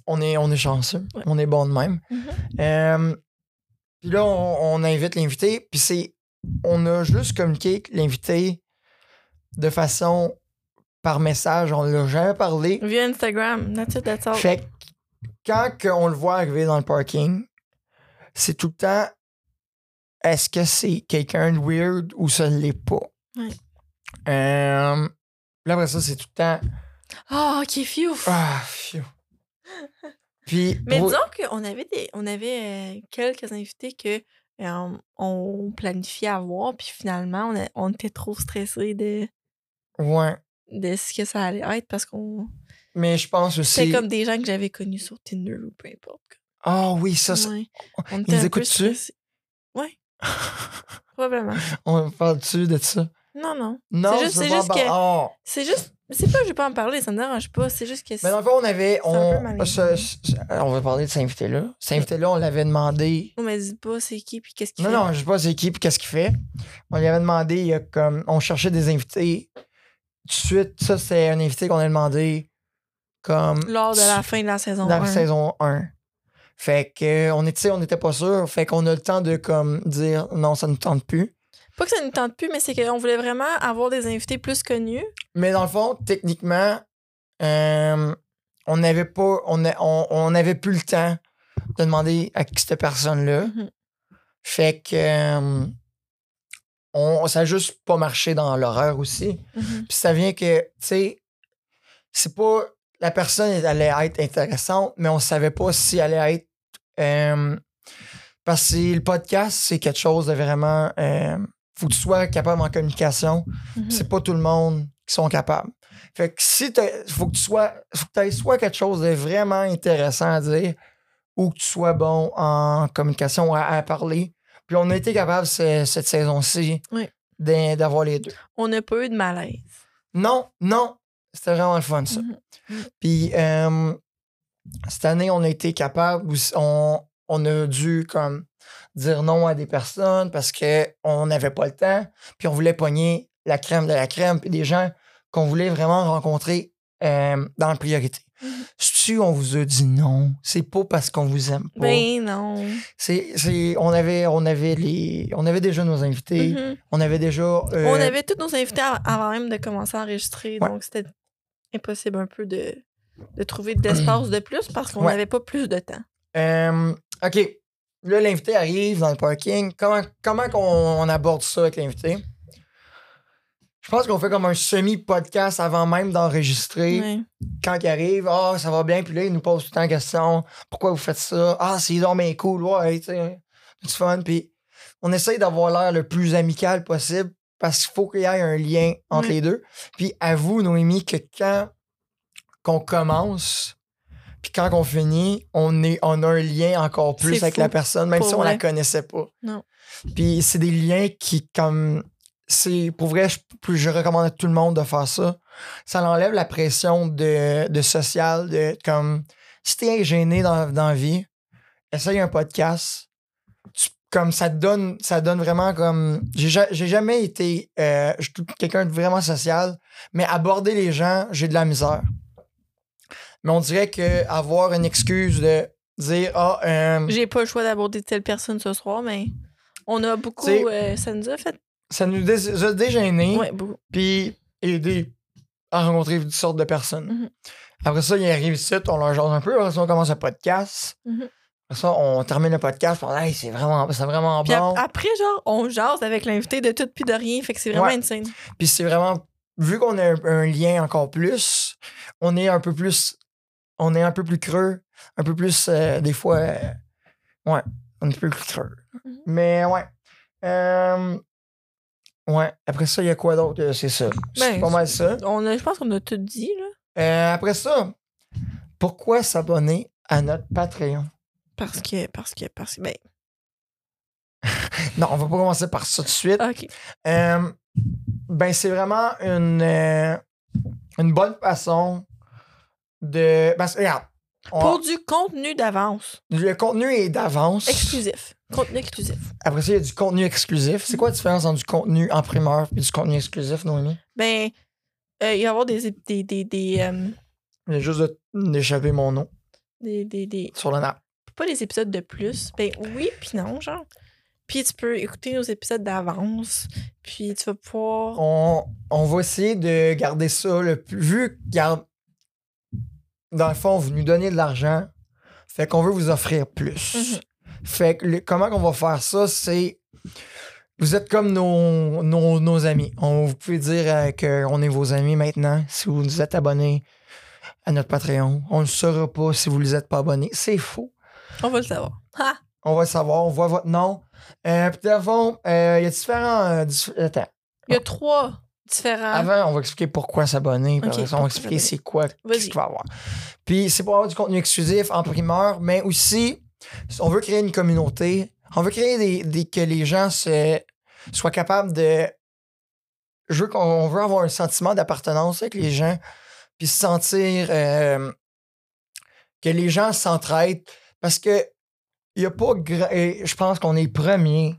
S1: On est, on est chanceux.
S2: Ouais.
S1: On est bon de même.
S2: Mhm.
S1: Euh, puis là, on, on invite l'invité. Puis c'est. On a juste communiqué avec l'invité de façon par message. On l'a jamais parlé.
S2: Via Instagram. That's it, that's all.
S1: Fait que quand que on le voit arriver dans le parking, c'est tout le temps est-ce que c'est quelqu'un de weird ou ça ne l'est pas?
S2: Ouais.
S1: Euh, là, après ça, c'est tout le temps
S2: Ah, ok, phew.
S1: Ah, phew. Puis,
S2: Mais
S1: pour-
S2: disons qu'on avait, des, on avait euh, quelques invités que euh, on planifiait avoir, puis finalement, on, a- on était trop stressés de,
S1: ouais.
S2: de ce que ça allait être parce qu'on.
S1: Mais je pense
S2: C'est
S1: aussi.
S2: comme des gens que j'avais connus sur Tinder ou peu importe.
S1: Ah oui, ça, ça-
S2: Ouais. On
S1: Ils
S2: était un peu
S1: écoutent-tu?
S2: stressés. Ouais, probablement.
S1: on parle-tu de ça?
S2: Non, non.
S1: Non,
S2: juste-
S1: je veux
S2: c'est
S1: pas
S2: juste
S1: en par-
S2: que-
S1: Ah.
S2: C'est juste. C'est pas que je vais pas en parler, ça me dérange pas. C'est juste que.
S1: Mais dans le fond, on avait.
S2: C'est un peu
S1: On,
S2: malaisant.
S1: ce- ce- on va parler de cet invité-là. Cet invité-là, on l'avait demandé.
S2: On me dit pas c'est qui, puis qu'est-ce qu'il
S1: Non,
S2: fait.
S1: non, je sais pas c'est qui puis qu'est-ce qu'il fait. On lui avait demandé, il y a comme. On cherchait des invités. Tout de suite, ça, c'est un invité qu'on a demandé comme
S2: Lors de la fin de la saison.
S1: dans la
S2: 1.
S1: saison 1. Fait que euh, on était, on n'était pas sûr. Fait qu'on a le temps de comme dire non, ça ne tente plus.
S2: Pas que ça nous tente plus, mais c'est qu'on voulait vraiment avoir des invités plus connus.
S1: Mais dans le fond, techniquement, euh, on n'avait pas. On a- on- on n'avait plus le temps de demander à cette personne-là.
S2: Mhm.
S1: Fait que euh, on, ça a juste pas marché dans l'horreur aussi.
S2: Mhm.
S1: Puis ça vient que, tu sais, c'est pas. La personne elle allait être intéressante, mais on savait pas si elle allait être. euh, parce que le podcast, c'est quelque chose de vraiment. euh, faut que tu sois capable en communication.
S2: Mhm.
S1: C'est pas tout le monde qui sont capables. Fait que si t'as- faut que tu sois. Faut que tu aies soit quelque chose de vraiment intéressant à dire ou que tu sois bon en communication, à, à parler. Puis on a été capable ce- cette saison-ci
S2: Oui.
S1: d'in- d'avoir les deux.
S2: On n'a pas eu de malaise.
S1: Non, non, c'était vraiment le fun, ça.
S2: Mhm.
S1: Puis euh, cette année, on a été capable, aussi- on, on a dû comme dire non à des personnes parce qu'on n'avait pas le temps, puis on voulait pogner la crème de la crème, puis des gens qu'on voulait vraiment rencontrer euh, dans la priorité.
S2: Mm-hmm.
S1: Si on vous a dit non, c'est pas parce qu'on vous aime pas.
S2: Ben non.
S1: C'est, c'est- on avait, on avait les, on avait déjà nos invités,
S2: Mhm.
S1: on avait déjà. euh,
S2: On avait tous nos invités av- avant même de commencer à enregistrer,
S1: Ouais.
S2: donc c'était impossible un peu de, de trouver d'espace de plus parce qu'on
S1: Ouais.
S2: n'avait pas plus de temps.
S1: Euh, OK. Là, l'invité arrive dans le parking. Comment, comment qu'on on aborde ça avec l'invité? Je pense qu'on fait comme un semi-podcast avant même d'enregistrer.
S2: Ouais.
S1: Quand il arrive, ah, ça va bien. Puis là, il nous pose tout le temps la question pourquoi vous faites ça? Ah, c'est donc bien cool. Ouais, tu sais, du fun. Puis on essaye d'avoir l'air le plus amical possible parce qu'il faut qu'il y ait un lien entre
S2: Ouais.
S1: les deux. Puis avoue, Noémie, que quand qu'on commence, puis quand on finit, on, est, on a un lien encore plus
S2: C'est
S1: avec
S2: fou.
S1: la personne, même
S2: Pour
S1: si on la
S2: vrai.
S1: connaissait pas.
S2: Non.
S1: Puis c'est des liens qui, comme. c'est Pour vrai, je, je recommande à tout le monde de faire ça. Ça enlève la pression de, de social, de comme. Si t'es gêné dans, dans la vie, essaye un podcast. Tu- comme ça te donne, ça donne vraiment comme. J'ai ja- j'ai jamais été euh, je suis tout- quelqu'un de vraiment social, mais aborder les gens, j'ai de la misère. Mais on dirait que avoir une excuse de dire Ah, euh,
S2: J'ai pas le choix d'aborder telle personne ce soir, mais on a beaucoup.
S1: T'sais-
S2: euh, ça nous a fait.
S1: ça nous dé- ça a dégêné,
S2: Ouais, beaucoup.
S1: puis aider à rencontrer toutes sortes de personnes.
S2: Mhm.
S1: Après ça, ils arrivent ici, on leur jase un peu, après ça, on commence le podcast.
S2: Mhm.
S1: Après ça, on termine le podcast, puis on dit, hey, c'est vraiment, c'est vraiment
S2: Puis ap-
S1: bon.
S2: après, genre, on jase avec l'invité de tout puis de rien. Fait que c'est vraiment
S1: Ouais.
S2: insane.
S1: Puis c'est vraiment, vu qu'on a un, un lien encore plus, on est un peu plus, on est un peu plus creux, un peu plus, euh, des fois, euh, ouais, on est un peu plus creux.
S2: Mhm.
S1: Mais ouais. Euh, ouais, après ça, il y a quoi d'autre? Euh, C'est ça. C'est
S2: Ben,
S1: pas mal ça.
S2: On a, je pense qu'on a tout dit, là.
S1: Euh, après ça, pourquoi s'abonner à notre Patreon?
S2: Parce que, parce que, parce que. Ben,
S1: Non, on va pas commencer par ça tout de suite.
S2: ok.
S1: Euh, ben, c'est vraiment une, euh, une bonne façon de. Parce que, regarde, on-
S2: Pour du contenu d'avance.
S1: le contenu est d'avance.
S2: Exclusif. Contenu exclusif.
S1: Après ça, il y a du contenu exclusif. C'est quoi la différence entre du contenu en primeur et du contenu exclusif, Noémie?
S2: Ben, euh, il va y avoir des, ép- des, des, des, euh,
S1: J'ai juste de- d'échapper mon nom
S2: des, des- des-
S1: sur le nap.
S2: Pas des épisodes de plus. Ben oui, puis non, genre. Puis tu peux écouter nos épisodes d'avance. Puis tu vas pouvoir.
S1: on, on va essayer de garder ça le plus. Vu que, garde- dans le fond, vous nous donnez de l'argent, fait qu'on veut vous offrir plus.
S2: Mhm.
S1: Fait que le- comment qu'on va faire ça, c'est. Vous êtes comme nos, nos, nos amis. On, vous pouvez dire euh, qu'on est vos amis maintenant si vous nous êtes abonnés à notre Patreon. On ne le saura pas si vous ne les êtes pas abonnés. C'est faux.
S2: On va le savoir. Ha!
S1: On va le savoir, on voit votre nom. Euh, puis devant, euh, il y a différents. euh, dif- Attends.
S2: Il y a trois différents.
S1: Ah. Avant, on va expliquer pourquoi s'abonner. puis
S2: Ok,
S1: après ça, on va
S2: pourquoi
S1: expliquer c'est
S2: s'abonner.
S1: quoi
S2: Vas-y.
S1: ce qu'il va y avoir. Puis c'est pour avoir du contenu exclusif en primeur, mais aussi, on veut créer une communauté. On veut créer des, des- que les gens se, soient capables de. Je veux qu'on on veut avoir un sentiment d'appartenance avec les gens, puis se sentir. euh, que les gens s'entraident. Parce que il y a pas gra- et Je pense qu'on est premiers.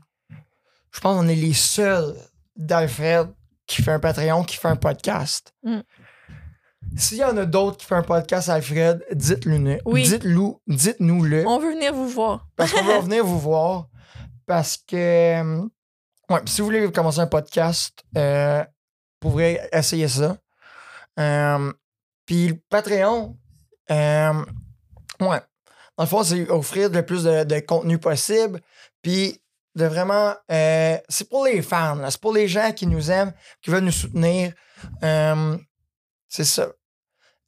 S1: Je pense qu'on est les seuls d'Alfred qui fait un Patreon, qui fait un podcast.
S2: Mm.
S1: S'il y en a d'autres qui font un podcast, Alfred, dites-le.
S2: Oui.
S1: Dites-le. Dites-nous-le.
S2: On veut venir vous voir.
S1: Parce qu'on va venir vous voir. Parce que. euh, Ouais, si vous voulez commencer un podcast, euh, vous pourrez essayer ça. Euh, Puis le Patreon, euh, ouais. Dans le fond, c'est offrir le plus de, de contenu possible. Puis de vraiment. euh, c'est pour les fans, là. c'est pour les gens qui nous aiment, qui veulent nous soutenir. Euh, c'est ça.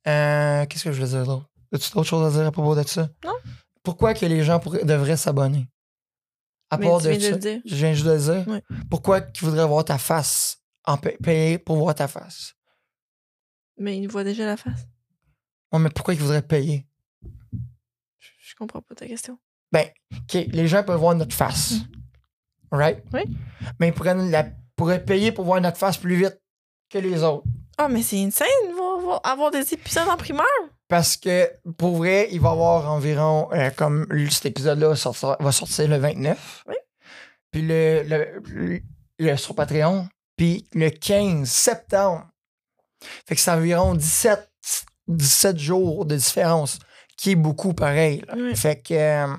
S1: Euh, Qu'est-ce que je veux dire d'autre? As-tu d'autres choses à dire à propos de ça?
S2: Non.
S1: Pourquoi que les gens pourraient- devraient s'abonner? À
S2: Mais
S1: part
S2: tu
S1: de
S2: viens de
S1: ça.
S2: le dire.
S1: Je viens juste de le dire.
S2: Ouais.
S1: Pourquoi qu'ils voudraient voir ta face en pa- payer pour voir ta face?
S2: Mais il nous voit déjà la face.
S1: Ouais, mais pourquoi ils voudraient payer?
S2: Je, je comprends pas ta question.
S1: OK, les gens peuvent voir notre face. Right?
S2: Mhm. Oui.
S1: Mais ils pourraient, nous la- pourraient payer pour voir notre face plus vite que les autres.
S2: Ah, mais c'est insane voir- voir- avoir des épisodes en primeur.
S1: Parce que, pour vrai, il va y avoir environ, euh, comme cet épisode-là sortira- va sortir le 29.
S2: Oui.
S1: Puis le, le, le- le- sur Patreon. Puis le 15 septembre. Fait que c'est environ 17, 17 jours de différence, qui est beaucoup pareil. là.
S2: Oui.
S1: Fait que. euh,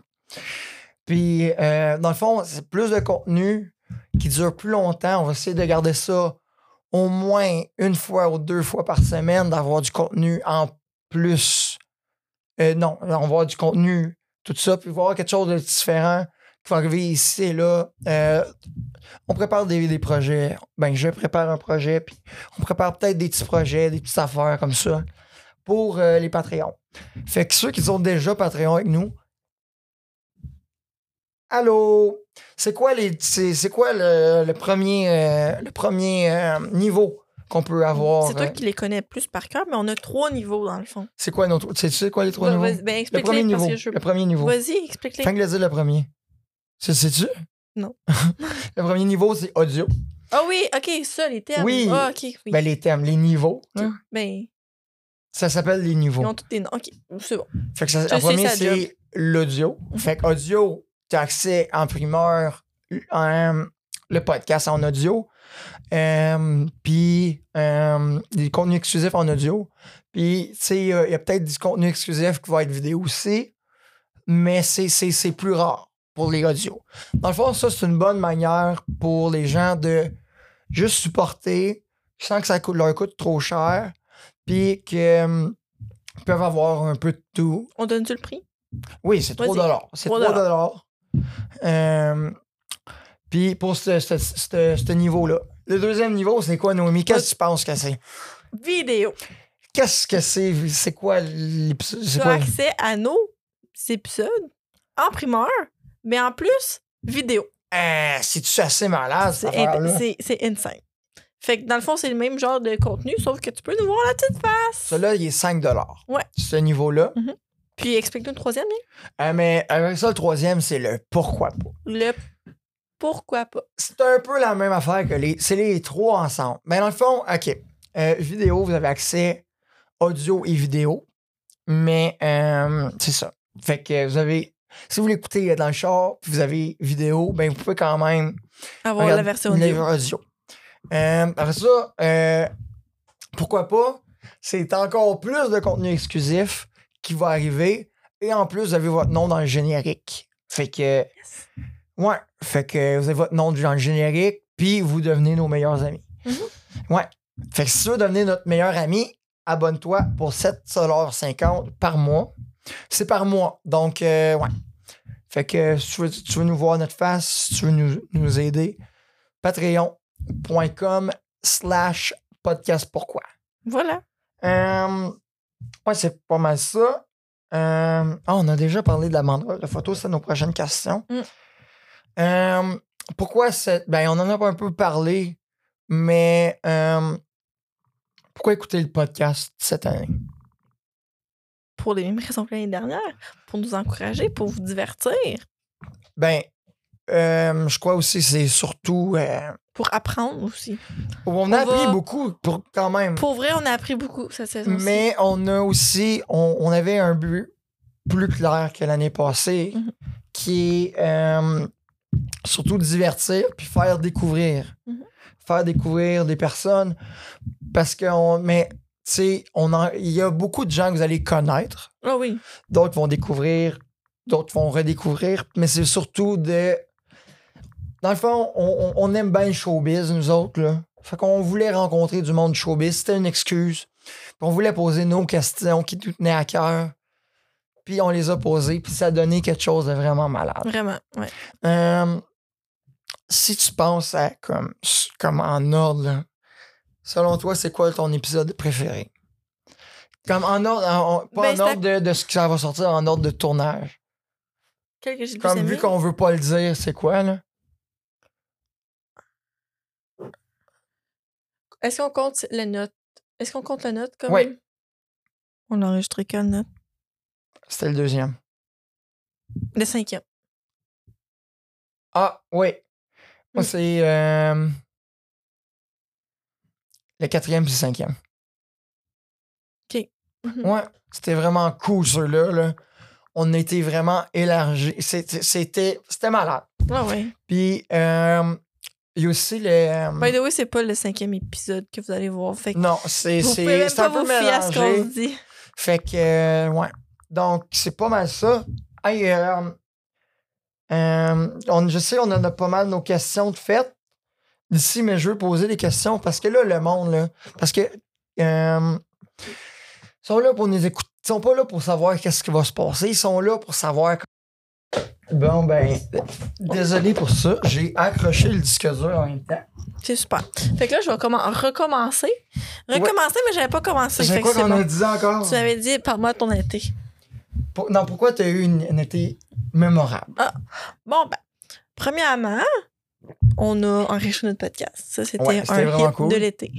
S1: puis, euh, dans le fond, c'est plus de contenu qui dure plus longtemps. On va essayer de garder ça au moins une fois ou deux fois par semaine, d'avoir du contenu en plus. Euh, non, on va avoir du contenu, tout ça, puis voir quelque chose de différent qui va arriver ici et là. Euh, on prépare des, des projets. Ben, je prépare un projet, puis on prépare peut-être des petits projets, des petites affaires comme ça pour euh, les Patreons. Fait que ceux qui sont déjà Patreon avec nous, allô? C'est quoi les c'est, c'est quoi le, le premier euh, le premier euh, niveau qu'on peut avoir?
S2: C'est toi
S1: euh,
S2: qui les connais plus par cœur, mais on a trois niveaux dans le fond.
S1: c'est quoi notre tu sais- tu sais quoi les trois
S2: Bah,
S1: niveaux?
S2: vas-y, ben,
S1: Le premier
S2: explique-les parce
S1: niveau.
S2: que je
S1: Le premier niveau.
S2: Vas-y, explique-les.
S1: Fin de le dire le premier. C'est, c'est-tu?
S2: Non.
S1: le premier niveau, c'est audio.
S2: Ah oui, ok, ça, les termes.
S1: Oui.
S2: Ah, ok, oui.
S1: Ben, les thèmes, les niveaux. là.
S2: Ben,
S1: Ça s'appelle les niveaux.
S2: ils ont tous des noms. Ok, c'est bon.
S1: Fait que ça,
S2: Je
S1: le
S2: sais
S1: premier,
S2: sa job. Mhm.
S1: c'est l'audio. Fait que audio, t'as accès en primeur, euh, le podcast en audio, euh, puis euh, des contenus exclusifs en audio. Puis, tu sais, il y a- il y a peut-être du contenu exclusif qui va être vidéo aussi, mais c'est- c'est c'est plus rare pour les audios. Dans le fond, ça, c'est une bonne manière pour les gens de juste supporter sans que ça coûte- leur coûte trop cher, puis que... hum, ils peuvent avoir un peu de tout.
S2: On donne-tu le prix?
S1: Oui, c'est 3
S2: Vas-y.
S1: dollars. C'est 3
S2: 3
S1: dollars. Euh, Puis pour ce, ce- ce- ce niveau-là. Le deuxième niveau, c'est quoi, Noémie? Qu'est-ce que tu penses que c'est?
S2: Vidéo.
S1: Qu'est-ce que c'est? C'est quoi l'épisode?
S2: Tu
S1: C'est
S2: as
S1: quoi?
S2: accès à nos épisodes en primeur, mais en plus, vidéo.
S1: Euh, C'est-tu assez malade, cette
S2: C'est in-
S1: affaire-là?
S2: c'est- c'est insane. Fait que dans le fond, c'est le même genre de contenu, sauf que tu peux nous voir la petite face.
S1: Celui-là, il est 5 dollars.
S2: Ouais.
S1: Ce niveau-là.
S2: Puis explique-nous le troisième, hein? Nick.
S1: Euh, mais avec ça, le troisième, c'est le pourquoi pas.
S2: le pourquoi pas.
S1: C'est un peu la même affaire que les. C'est les trois ensemble. Mais dans le fond, OK. Euh, vidéo, vous avez accès audio et vidéo. Mais euh, c'est ça. Fait que vous avez. Si vous l'écoutez euh, dans le char, puis vous avez vidéo, ben vous pouvez quand même
S2: Avoir
S1: Regarde,
S2: la version
S1: la
S2: audio.
S1: version audio. Euh, après ça, euh, pourquoi pas? C'est encore plus de contenu exclusif qui va arriver. Et en plus, vous avez votre nom dans le générique. Fait que.
S2: Yes.
S1: Ouais. Fait que vous avez votre nom dans le générique, puis vous devenez nos meilleurs amis.
S2: Mhm.
S1: Ouais. Fait que si tu veux devenir notre meilleur ami, abonne-toi pour 7,50$ par mois. C'est par mois. Donc, euh, ouais. Fait que si tu veux, tu veux nous voir notre face, si tu veux nous, nous aider, patreon.com slash podcast pourquoi.
S2: Voilà.
S1: Euh, Ouais, c'est pas mal ça. Euh, ah, on a déjà parlé de la banderole de photo, c'est nos prochaines questions.
S2: Mm.
S1: Euh, pourquoi cette. Ben, on en a pas un peu parlé, mais euh, pourquoi écouter le podcast cette année?
S2: Pour les mêmes raisons que l'année dernière, pour nous encourager, pour vous divertir,
S1: Ben, euh, je crois aussi c'est surtout. euh,
S2: pour apprendre aussi.
S1: on
S2: On
S1: a appris
S2: va-
S1: beaucoup pour, quand même.
S2: Pour vrai, on a appris beaucoup cette saison-ci.
S1: Mais on a aussi, on, on avait un but plus clair que l'année passée,
S2: Mhm.
S1: qui est euh, surtout divertir puis faire découvrir.
S2: Mhm.
S1: Faire découvrir des personnes. Parce que, on, mais, tu sais, on en- il y a beaucoup de gens que vous allez connaître.
S2: Ah oui.
S1: D'autres vont découvrir, d'autres vont redécouvrir. Mais c'est surtout de. Dans le fond, on, on- on aime bien le showbiz, nous autres. Là. Fait qu'on voulait rencontrer du monde showbiz. C'était une excuse. Puis on voulait poser nos questions qui nous tenaient à cœur. Puis on les a posées. Puis ça a donné quelque chose de vraiment malade.
S2: Vraiment, ouais.
S1: Euh, si tu penses à comme, comme en ordre, là, selon toi, c'est quoi ton épisode préféré? Comme en ordre, en- en- pas
S2: Ben,
S1: en
S2: c'est à-
S1: ordre de, de ce que ça va sortir, en ordre de tournage.
S2: Quel que j'ai le plus
S1: Comme
S2: aimé.
S1: vu qu'on veut pas le dire, c'est quoi, là?
S2: Est-ce qu'on compte la note? Est-ce qu'on compte la note comme...
S1: Oui.
S2: On a enregistré quelle note?
S1: C'était le deuxième.
S2: Le cinquième.
S1: Ah, oui. Moi,
S2: Mm.
S1: c'est euh, le quatrième puis le cinquième.
S2: Mhm.
S1: Ouais, c'était vraiment cool, ceux-là. là. On était vraiment élargis. C'était c'était- c'était malade.
S2: Ah ouais.
S1: Puis, euh, il y a aussi le.
S2: By the way, c'est pas le cinquième épisode que vous allez voir. Fait que
S1: non, c'est
S2: vous
S1: c'est-
S2: pouvez même
S1: c'est
S2: pas
S1: un peu
S2: vous fier à ce qu'on
S1: mélangé.
S2: se dit.
S1: Fait que, euh, ouais. Donc, c'est pas mal ça. Hey, euh, euh, on, je sais, on en a pas mal nos questions de fait d'ici, mais je veux poser des questions parce que là, le monde, là, parce que euh, ils sont là pour nous écouter. Ils sont pas là pour savoir qu'est-ce qui va se passer. Ils sont là pour savoir. qu- Bon, ben, désolé pour ça. J'ai accroché le disque dur en même temps.
S2: C'est super. Fait que là, je vais commen- recommencer. Recommencer, mais j'avais pas commencé.
S1: C'est
S2: Fait que
S1: quoi
S2: c'est
S1: qu'on
S2: bon.
S1: a dit encore?
S2: Tu m'avais dit, parle-moi de ton été.
S1: Pour- non, pourquoi t'as eu une, une été mémorable?
S2: Bon, ben, premièrement, on a enrichi notre podcast. Ça, c'était
S1: Ouais, c'était
S2: un
S1: vraiment
S2: hit
S1: cool.
S2: de l'été.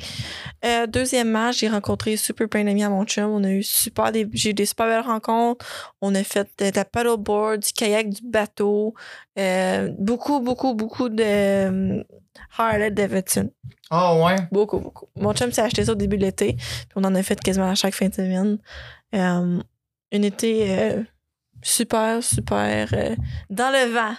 S2: Euh, deuxièmement, j'ai rencontré super plein d'amis à mon chum. On a eu super des, j'ai eu des super belles rencontres. On a fait de la paddleboard, du kayak, du bateau. Euh, beaucoup, beaucoup, beaucoup de euh, Harley Davidson.
S1: Ah, ouais?
S2: Beaucoup, beaucoup. Mon chum s'est acheté ça au début de l'été. Puis on en a fait quasiment à chaque fin de semaine. Euh, un été euh, super, super euh, dans le vent.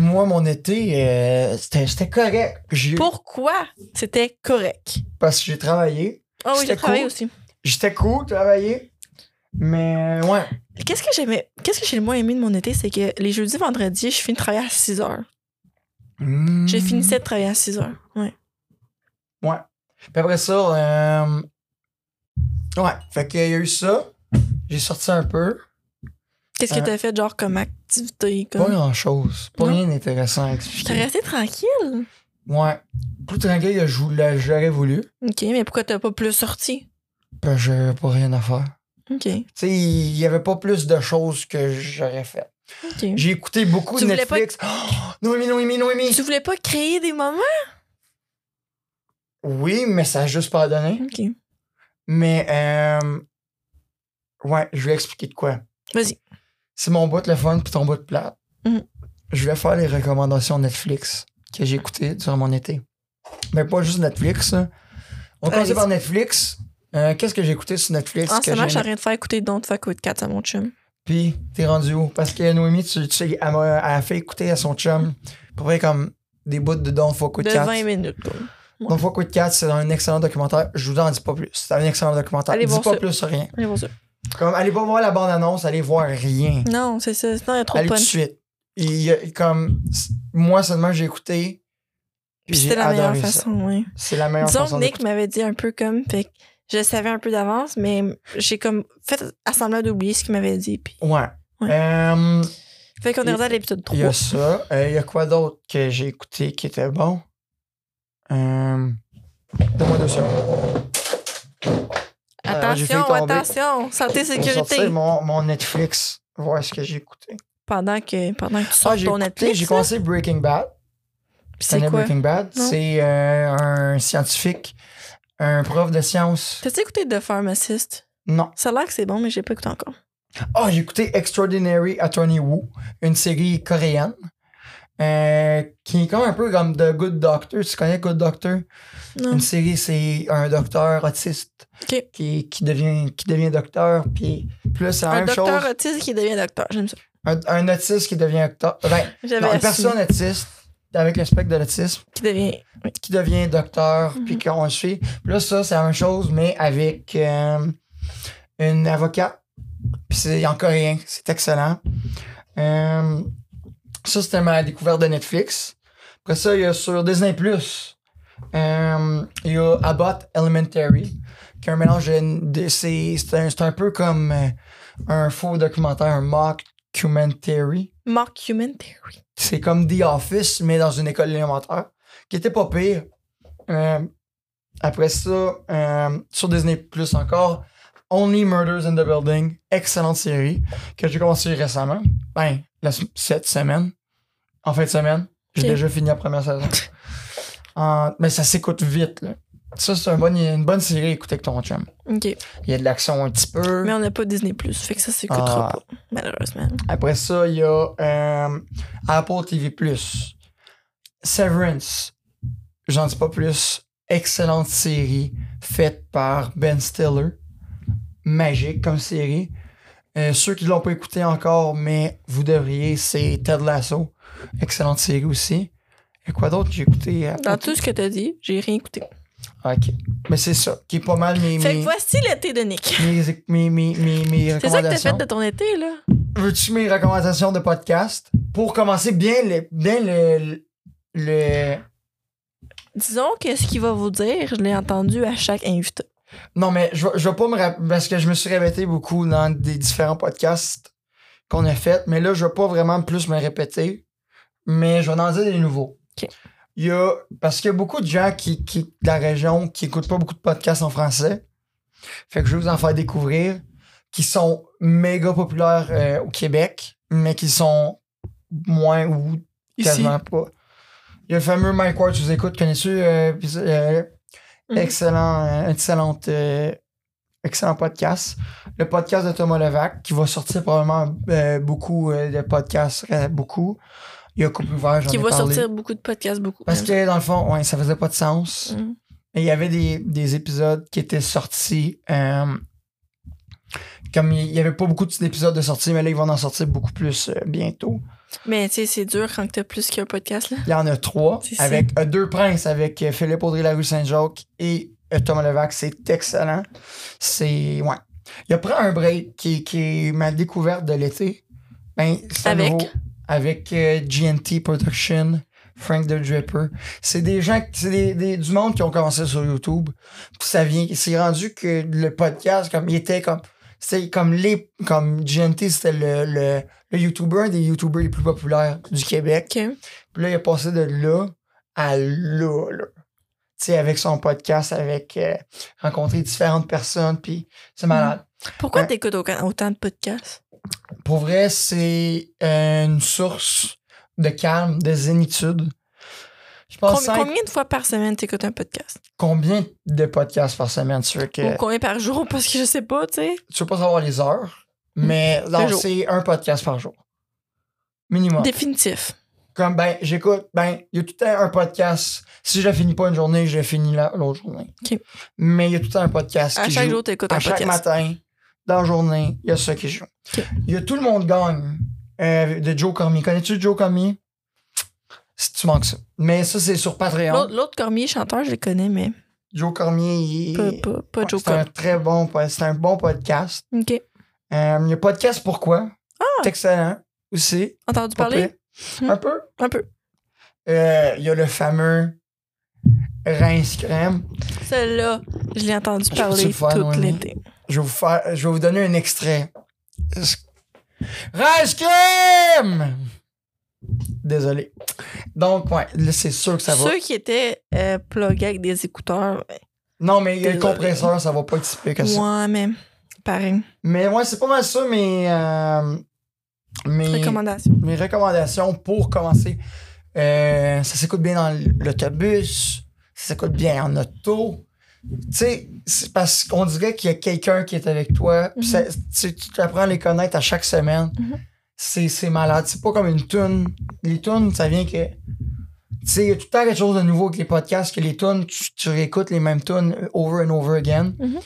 S1: Moi, mon été, euh, c'était c'était correct. J'ai-
S2: Pourquoi c'était correct?
S1: Parce que j'ai travaillé.
S2: Ah oui,
S1: C'était
S2: j'ai travaillé
S1: cool.
S2: aussi.
S1: J'étais cool, travailler. Mais euh, ouais.
S2: Qu'est-ce que j'aimais? Qu'est-ce que j'ai le moins aimé de mon été, c'est que les jeudis, vendredis, je finis de travailler à 6 heures.
S1: Mmh.
S2: J'ai fini de travailler à 6 heures. Ouais.
S1: Ouais. Puis après ça, euh, ouais. Fait qu'il y a eu ça. J'ai sorti un peu.
S2: Qu'est-ce que
S1: Euh.
S2: t'as fait, genre, comme activité?
S1: Pas
S2: Comme...
S1: grand-chose. Pas
S2: Non.
S1: rien d'intéressant à
S2: T'es
S1: expliquer.
S2: resté tranquille?
S1: Ouais. Plus tranquille que je voulais- j'aurais voulu.
S2: Ok, mais pourquoi t'as pas plus sorti?
S1: Parce que j'avais pas rien à faire.
S2: Ok.
S1: Tu sais, il y avait pas plus de choses que j'aurais fait.
S2: ok.
S1: J'ai écouté beaucoup
S2: Tu
S1: de
S2: voulais pas-
S1: Netflix. Oh, Noémie, Noémie, Noémie!
S2: Tu voulais pas créer des moments?
S1: Oui, mais ça a juste pas donné.
S2: Ok.
S1: Mais, euh, ouais, je vais expliquer de quoi.
S2: Vas-y.
S1: C'est mon bout de le fun puis ton bout de plate.
S2: Mhm.
S1: Je vais faire les recommandations Netflix que j'ai écoutées durant mon été. Mais pas juste Netflix. hein. On commence
S2: Allez-y.
S1: par Netflix. Euh, Qu'est-ce que j'ai écouté sur Netflix?
S2: En
S1: que
S2: ce moment,
S1: j'ai
S2: j'ai
S1: aimé?
S2: rien de faire écouter Don't Fuck With Cats à mon chum.
S1: Puis, t'es rendu où? Parce que Noémie, tu, tu sais, elle m'a elle a fait écouter à son chum, pour vrai, comme des bouts de Don't Fuck With
S2: de
S1: Cats.
S2: 20 minutes, quoi.
S1: Don't Fuck With Cats, c'est un excellent documentaire. Je vous en dis pas plus. C'est un excellent documentaire.
S2: Allez
S1: dis
S2: voir
S1: pas
S2: ça.
S1: plus sur rien.
S2: Allez voir ça.
S1: Comme, allez pas voir la bande-annonce, allez voir rien.
S2: Non, c'est ça. Sinon, il y a trop de
S1: Allez tout de
S2: punch.
S1: suite. Il y a- comme, c- moi seulement, j'ai écouté. Puis
S2: Puis
S1: j'ai
S2: C'était la meilleure
S1: adoré ça.
S2: façon, oui.
S1: C'est la meilleure
S2: Disons que
S1: façon.
S2: Nick
S1: d'écouter.
S2: m'avait dit un peu comme, fait que je le savais un peu d'avance, mais j'ai comme fait assemblant d'oublier ce qu'il m'avait dit. Puis...
S1: Ouais.
S2: Ouais.
S1: Euh,
S2: Fait qu'on est
S1: Et-
S2: rendu à l'épisode 3.
S1: Il y a ça. Euh, Il y a quoi d'autre que j'ai écouté qui était bon? Euh, Donne-moi deux secondes. Ah, j'ai failli
S2: Attention,
S1: tomber.
S2: attention, santé,
S1: Je vais
S2: sécurité.
S1: sortir mon, mon Netflix, voir ce que j'ai écouté.
S2: Pendant que, pendant que tu sors
S1: Ah, j'ai
S2: ton
S1: écouté-
S2: Netflix.
S1: j'ai
S2: là.
S1: commencé Breaking Bad.
S2: Puis
S1: Tu
S2: C'est
S1: connais
S2: quoi?
S1: Breaking Bad?
S2: Non.
S1: C'est euh, un scientifique, un prof de sciences.
S2: T'as-tu écouté The Pharmacist?
S1: Non.
S2: Ça a l'air que c'est bon, mais j'ai pas écouté encore.
S1: Ah, j'ai écouté Extraordinary Attorney Woo, une série coréenne. euh, qui est comme un peu comme The Good Doctor. Tu connais Good Doctor?
S2: Non.
S1: Une série, c'est un docteur autiste
S2: Ok.
S1: qui, qui devient, qui devient docteur. Puis, puis là, c'est la
S2: Un
S1: même
S2: docteur
S1: chose.
S2: autiste qui devient docteur, j'aime ça.
S1: Un, un autiste qui devient docteur. Ben,
S2: J'avais
S1: non, une
S2: assumé.
S1: personne autiste avec le spectre de l'autisme
S2: qui devient.
S1: qui devient docteur, puis qu'on le suit. Puis là, ça, c'est la même chose, mais avec euh, une avocate. Puis c'est en coréen, c'est excellent. Euh, ça, c'était ma découverte de Netflix. Après ça, il y a sur Disney+, euh, il y a Abbott Elementary, qui est un mélange de... de- c'est c'est un, c'est un peu comme euh, un faux documentaire, un mockumentary.
S2: Mockumentary.
S1: C'est comme The Office, mais dans une école élémentaire, qui était pas pire. Euh, après ça, euh, sur Disney Plus encore, Only Murders in the Building, excellente série, que j'ai commencé récemment. Ben, la se- cette semaine, en fin de semaine. J'ai
S2: Ok.
S1: déjà fini la première saison. Euh, mais ça s'écoute vite, là. Ça, c'est un bon- une bonne série à écouter avec ton chum.
S2: Ok.
S1: Il y a de l'action un petit peu.
S2: Mais on n'a pas Disney, fait que ça s'écoutera
S1: Ah.
S2: pas, malheureusement.
S1: Après ça, il y a euh, Apple TV+. Severance. J'en dis pas plus. Excellente série faite par Ben Stiller. Magique comme série. Euh, ceux qui l'ont pas écouté encore, mais vous devriez, c'est Ted Lasso. Excellente série aussi. Et quoi d'autre que j'ai écouté? à-
S2: Dans tout ce que t'as dit, j'ai rien écouté.
S1: Ok. Mais c'est ça, qui est pas mal mes,
S2: Fait que
S1: mes,
S2: voici l'été de Nick.
S1: mes- mes- mes- mes- mes
S2: C'est ça que t'as fait
S1: recommandations.
S2: de ton été, là?
S1: Veux-tu mes recommandations de podcast? Pour commencer bien le. Bien le, le-
S2: Disons que ce qu'il va vous dire, je l'ai entendu à chaque invité.
S1: Non, mais je, vais- je vais pas me rappeler parce que je me suis répété beaucoup dans des différents podcasts qu'on a fait, mais là, je vais pas vraiment plus me répéter, mais je vais en dire des nouveaux.
S2: Ok.
S1: Il y a, parce qu'il y a beaucoup de gens qui, qui, de la région qui écoutent pas beaucoup de podcasts en français. Fait que je vais vous en faire découvrir qui sont méga populaires euh, au Québec, mais qui sont moins ou Quasiment pas. Il y a le fameux Mike Ward, tu vous écoutes, connais-tu? euh, puis, euh,
S2: Mhm.
S1: Excellent, euh, excellente, euh, excellent podcast. Le podcast de Thomas Levac, qui va sortir probablement euh, beaucoup euh, de podcasts, euh, beaucoup. Il y a Couple Ouvert, j'en
S2: Qui
S1: ai
S2: va
S1: parlé.
S2: sortir beaucoup de podcasts, beaucoup.
S1: Parce
S2: même.
S1: que dans le fond, ouais, ça faisait pas de sens.
S2: Mm.
S1: Et il y avait des, des épisodes qui étaient sortis. euh, comme il n'y avait pas beaucoup d'épisodes de sortie, mais là, ils vont en sortir beaucoup plus euh, bientôt.
S2: Mais tu sais, c'est dur quand t'as plus qu'un podcast, là.
S1: Il y en a trois.
S2: C'est ça.
S1: Avec euh, deux princes, avec euh, Philippe Audrey Larue Saint-Jacques et euh, Thomas Levac. C'est excellent. C'est. Ouais. Il y a Prends un break qui, qui est ma découverte de l'été. Ben, c'est à
S2: Avec?
S1: nouveau Avec euh, GNT Production, Frank the Dripper. C'est des gens, c'est des, des- du monde qui ont commencé sur YouTube. Puis ça vient. C'est rendu que le podcast, comme il était comme. C'était comme les. Comme GNT, c'était le, le, le YouTuber, un des YouTubers les plus populaires du Québec.
S2: Ok.
S1: Puis là, il est passé de là à là, là. Tu sais, avec son podcast, avec euh, rencontrer différentes personnes, puis
S2: Mm-hmm.
S1: c'est malade.
S2: Pourquoi
S1: Ouais.
S2: t'écoutes aucun- autant de podcasts?
S1: Pour vrai, c'est euh, une source de calme, de zénitude. Je pense
S2: Combi-
S1: cinq-
S2: Combien de fois par semaine t'écoutes un podcast?
S1: combien de podcasts par semaine tu veux que.
S2: Ou combien par jour? Parce que je sais pas, tu sais.
S1: Tu veux pas savoir les heures, mais non,
S2: Mm-hmm. jour.
S1: c'est un podcast par jour. Minimum.
S2: Définitif.
S1: Comme ben, j'écoute, ben, il y a tout le temps un podcast. Si je le finis pas une journée, je le finis la- l'autre journée.
S2: Ok.
S1: Mais il y a tout le temps un podcast.
S2: À
S1: qui
S2: chaque
S1: joue.
S2: jour, t'écoutes un
S1: à chaque
S2: podcast.
S1: matin, dans la journée, il y a ça qui joue.
S2: Ok.
S1: Il y a tout le monde gagne euh, de Joe Cormier. Connais-tu Joe Cormier? Si tu manques ça. Mais ça, c'est sur Patreon.
S2: L'autre- L'autre Cormier chanteur, je le connais, mais
S1: Joe Cormier, il...
S2: pas, pas, pas
S1: ouais,
S2: Joe
S1: c'est un
S2: Cormier.
S1: très bon, po- c'est un bon podcast.
S2: OK.
S1: Euh, il y a Podcast Pourquoi.
S2: Ah!
S1: C'est excellent aussi.
S2: Entendu
S1: Pas
S2: parler?
S1: pire. Un peu.
S2: Un peu.
S1: Euh, il y a le fameux Rince Crème.
S2: Celle-là, je l'ai entendu
S1: peux-tu
S2: parler
S1: le faire,
S2: tout
S1: Noémie?
S2: l'été.
S1: Je vais vous faire, je vais vous donner un extrait. Rice Cream! Désolé. Donc, ouais, là, c'est sûr que ça va.
S2: Ceux qui étaient euh, plugués avec des écouteurs,
S1: Non, mais le
S2: Désolé.
S1: compresseur, ça va pas être si pire que ça.
S2: Ouais, mais pareil.
S1: Mais ouais, c'est pas mal ça, mais. euh, mes,
S2: Recommandation.
S1: mes recommandations pour commencer. Euh, ça s'écoute bien dans l'autobus, ça s'écoute bien en auto. Tu sais, c'est parce qu'on dirait qu'il y a quelqu'un qui est avec toi. puis
S2: Mhm.
S1: ça- tu- tu apprends à les connaître à chaque semaine.
S2: Mhm.
S1: C'est- C'est malade. C'est pas comme une tune. Les tunes, ça vient que. Tu sais, il y a tout le temps quelque chose de nouveau avec les podcasts, que les tunes, tu, tu réécoutes les mêmes tunes over and over again.
S2: Mhm.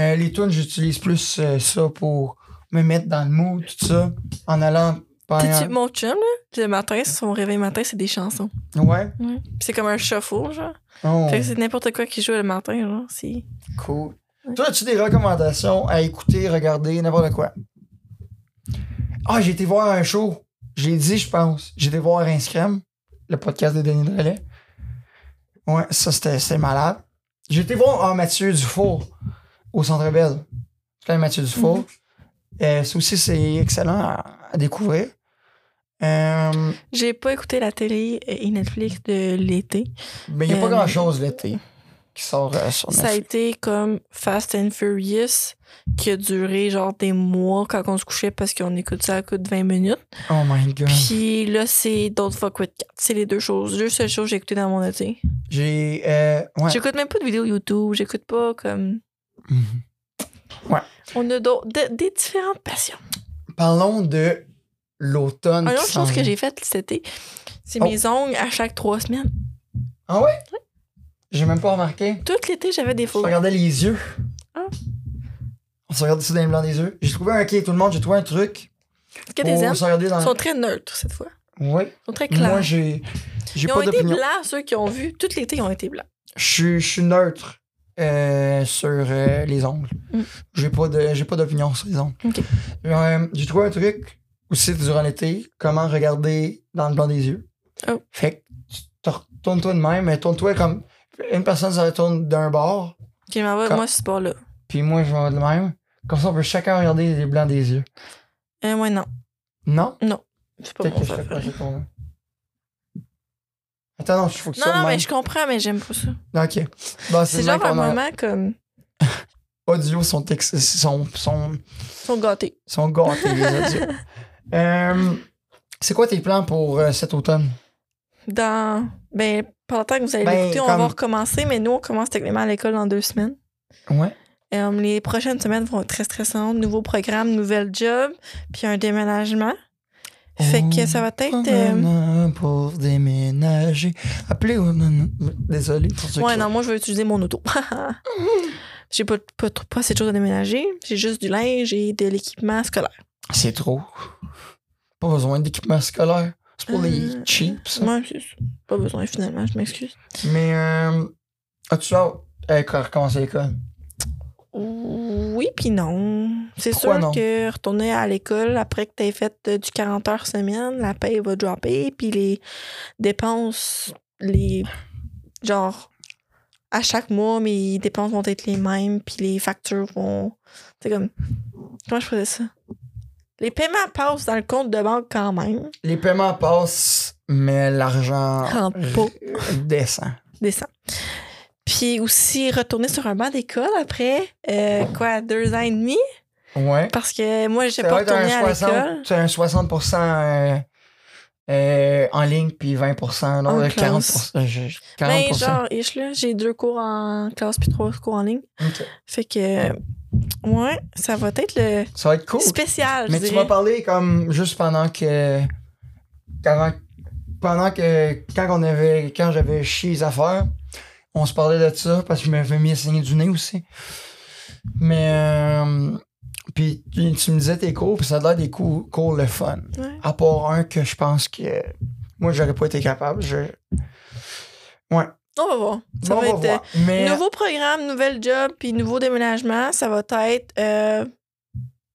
S1: Euh, les tunes, j'utilise plus euh, ça pour me mettre dans le mood, tout ça, en allant pendant-
S2: T'es-tu mon chum, là? Le matin, son réveil matin, c'est des chansons.
S1: Ouais.
S2: Ouais. Puis c'est comme un shuffle, genre.
S1: Oh,
S2: Fait que c'est n'importe quoi qui joue le matin, genre. C'est.
S1: cool. Toi, as-tu des recommandations à écouter, regarder, n'importe quoi? Ah, j'ai été voir un show. J'ai dit, je pense. J'ai été voir Inscrem, le podcast de Denis Drelais. Ouais, ça, c'était c'était malade. J'ai été voir ah, Mathieu Dufour au Centre Belle. Je connais Mathieu
S2: Mhm.
S1: Dufour. Euh, ça aussi, c'est excellent à, à découvrir. Euh,
S2: J'ai pas écouté la télé et Netflix de l'été.
S1: mais il n'y a pas
S2: Euh,
S1: grand-chose l'été qui sort euh, sur
S2: Ça a
S1: Netflix.
S2: été comme Fast and Furious qui a duré genre des mois quand on se couchait parce qu'on écoute ça à coup de 20 minutes.
S1: Oh my God.
S2: Puis là, c'est Don't Fuck With Cats. C'est les deux choses. Deux seules choses que j'ai écoutées dans mon été.
S1: J'ai... euh, ouais.
S2: J'écoute même pas de vidéos YouTube. J'écoute pas comme.
S1: Mhm. Mm-hmm.
S2: On a d'autres- de- des différentes passions.
S1: Parlons de l'automne.
S2: Une
S1: qui
S2: autre
S1: s'en
S2: chose que
S1: vient.
S2: j'ai faite cet été, c'est
S1: Oh.
S2: mes ongles à chaque trois semaines.
S1: Ah ouais? J'ai même pas remarqué.
S2: Tout l'été, j'avais des
S1: Je
S2: faux.
S1: regardais les yeux.
S2: Ah.
S1: On se regardait ça dans les blancs des yeux. J'ai trouvé un qui tout le monde, j'ai trouvé un truc.
S2: Est-ce que
S1: pour
S2: tes ailes
S1: se regarder dans
S2: sont très neutres cette fois?
S1: Oui.
S2: Ils sont très
S1: Moi,
S2: claires.
S1: j'ai. J'ai
S2: Ils ont
S1: pas
S2: été
S1: d'opinion.
S2: blancs, ceux qui ont vu. Tout l'été, ils ont été blancs.
S1: Je suis- je suis neutre euh, sur euh, les ongles.
S2: Mm.
S1: J'ai pas de- j'ai pas d'opinion sur les ongles.
S2: Ok.
S1: Euh, j'ai trouvé un truc aussi durant l'été, comment regarder dans le blanc des yeux.
S2: Oh.
S1: Fait que tu te retournes-toi de même, mais tourne-toi comme une personne se retourne d'un bord,
S2: Ok, mais moi,
S1: Quand-
S2: moi, ce sport-là.
S1: puis moi je vais de même. Comme ça, on peut chacun regarder les blancs des yeux.
S2: Euh, ouais, non.
S1: Non?
S2: C'est pas
S1: Peut-être
S2: mon
S1: que je fais pas
S2: favori.
S1: j'ai tourné. Attends, non, je faut que ça
S2: Non, non,
S1: de
S2: mais
S1: même.
S2: je comprends, mais j'aime pas ça.
S1: Ok. Bon,
S2: C'est
S1: c'est
S2: genre un
S1: moment.
S2: moment comme.
S1: Audio sont, ex- sont, sont
S2: Ils sont gâtés.
S1: Ils sont gâtés, les audios. Euh, c'est quoi tes plans pour euh, cet automne?
S2: Dans. Ben, pendant le temps que vous allez
S1: Ben,
S2: l'écouter, on
S1: comme-
S2: va recommencer, mais nous, on commence techniquement à l'école dans deux semaines.
S1: Ouais.
S2: Euh, les prochaines semaines vont être très stressantes. Nouveau programme, nouvel job, puis un déménagement. Fait que ça
S1: Oh,
S2: va être. euh,
S1: Pour déménager. Appelez. au- non, non. Désolé pour ceux
S2: Ouais,
S1: qui-
S2: non, moi, je vais utiliser mon auto. j'ai pas, pas, trop- pas assez de choses à déménager. J'ai juste du linge et de l'équipement scolaire.
S1: C'est trop. Pas besoin d'équipement scolaire. C'est pour les
S2: Euh,
S1: cheap, ça.
S2: Moi, c'est pas besoin, finalement, je m'excuse.
S1: Mais euh, as-tu hâte euh, qu'on recommence l'école?
S2: Oui, puis non. C'est
S1: Pourquoi
S2: sûr
S1: non?
S2: que retourner à l'école après que t'aies fait euh, du 40 heures semaine, la paye va dropper, puis les dépenses, les. Genre, à chaque mois, mes dépenses vont être les mêmes, puis les factures vont. C'est comme. Comment je faisais ça? Les paiements passent dans le compte de banque quand même.
S1: Les paiements passent, mais l'argent
S2: Rentre pas.
S1: r- descend.
S2: descend. Puis aussi, retourner sur un banc d'école après, euh, quoi, deux ans et demi?
S1: Ouais.
S2: Parce que moi,
S1: Ça
S2: j'ai pas
S1: va être
S2: retourné à
S1: un
S2: l'école. Ben,
S1: 60, c'est un 60% euh, euh, en ligne, puis 20%, non,
S2: En
S1: euh,
S2: classe.
S1: 40%. je- je- 40%.
S2: Mais genre, ish, là, j'ai deux cours en classe puis trois cours en ligne.
S1: Ok.
S2: Fait que, ouais, ça va être le
S1: Ça va être cool.
S2: spécial, je
S1: Mais tu
S2: dirais.
S1: m'as parlé comme juste pendant que. qu'avant- pendant que. Quand on avait. Quand j'avais chié les affaires, on se parlait de ça parce que je m'avais mis à saigner du nez aussi. Mais. euh, puis tu, tu me disais tes cours, puis ça a l'air des cours, cours le fun.
S2: Ouais.
S1: À part un que je pense que. Moi, j'aurais pas été capable. Je,
S2: On va voir. Ça
S1: Bon,
S2: va
S1: on
S2: être
S1: va voir. Mais
S2: euh, nouveau programme, nouvel job, puis nouveau déménagement. Ça va être euh,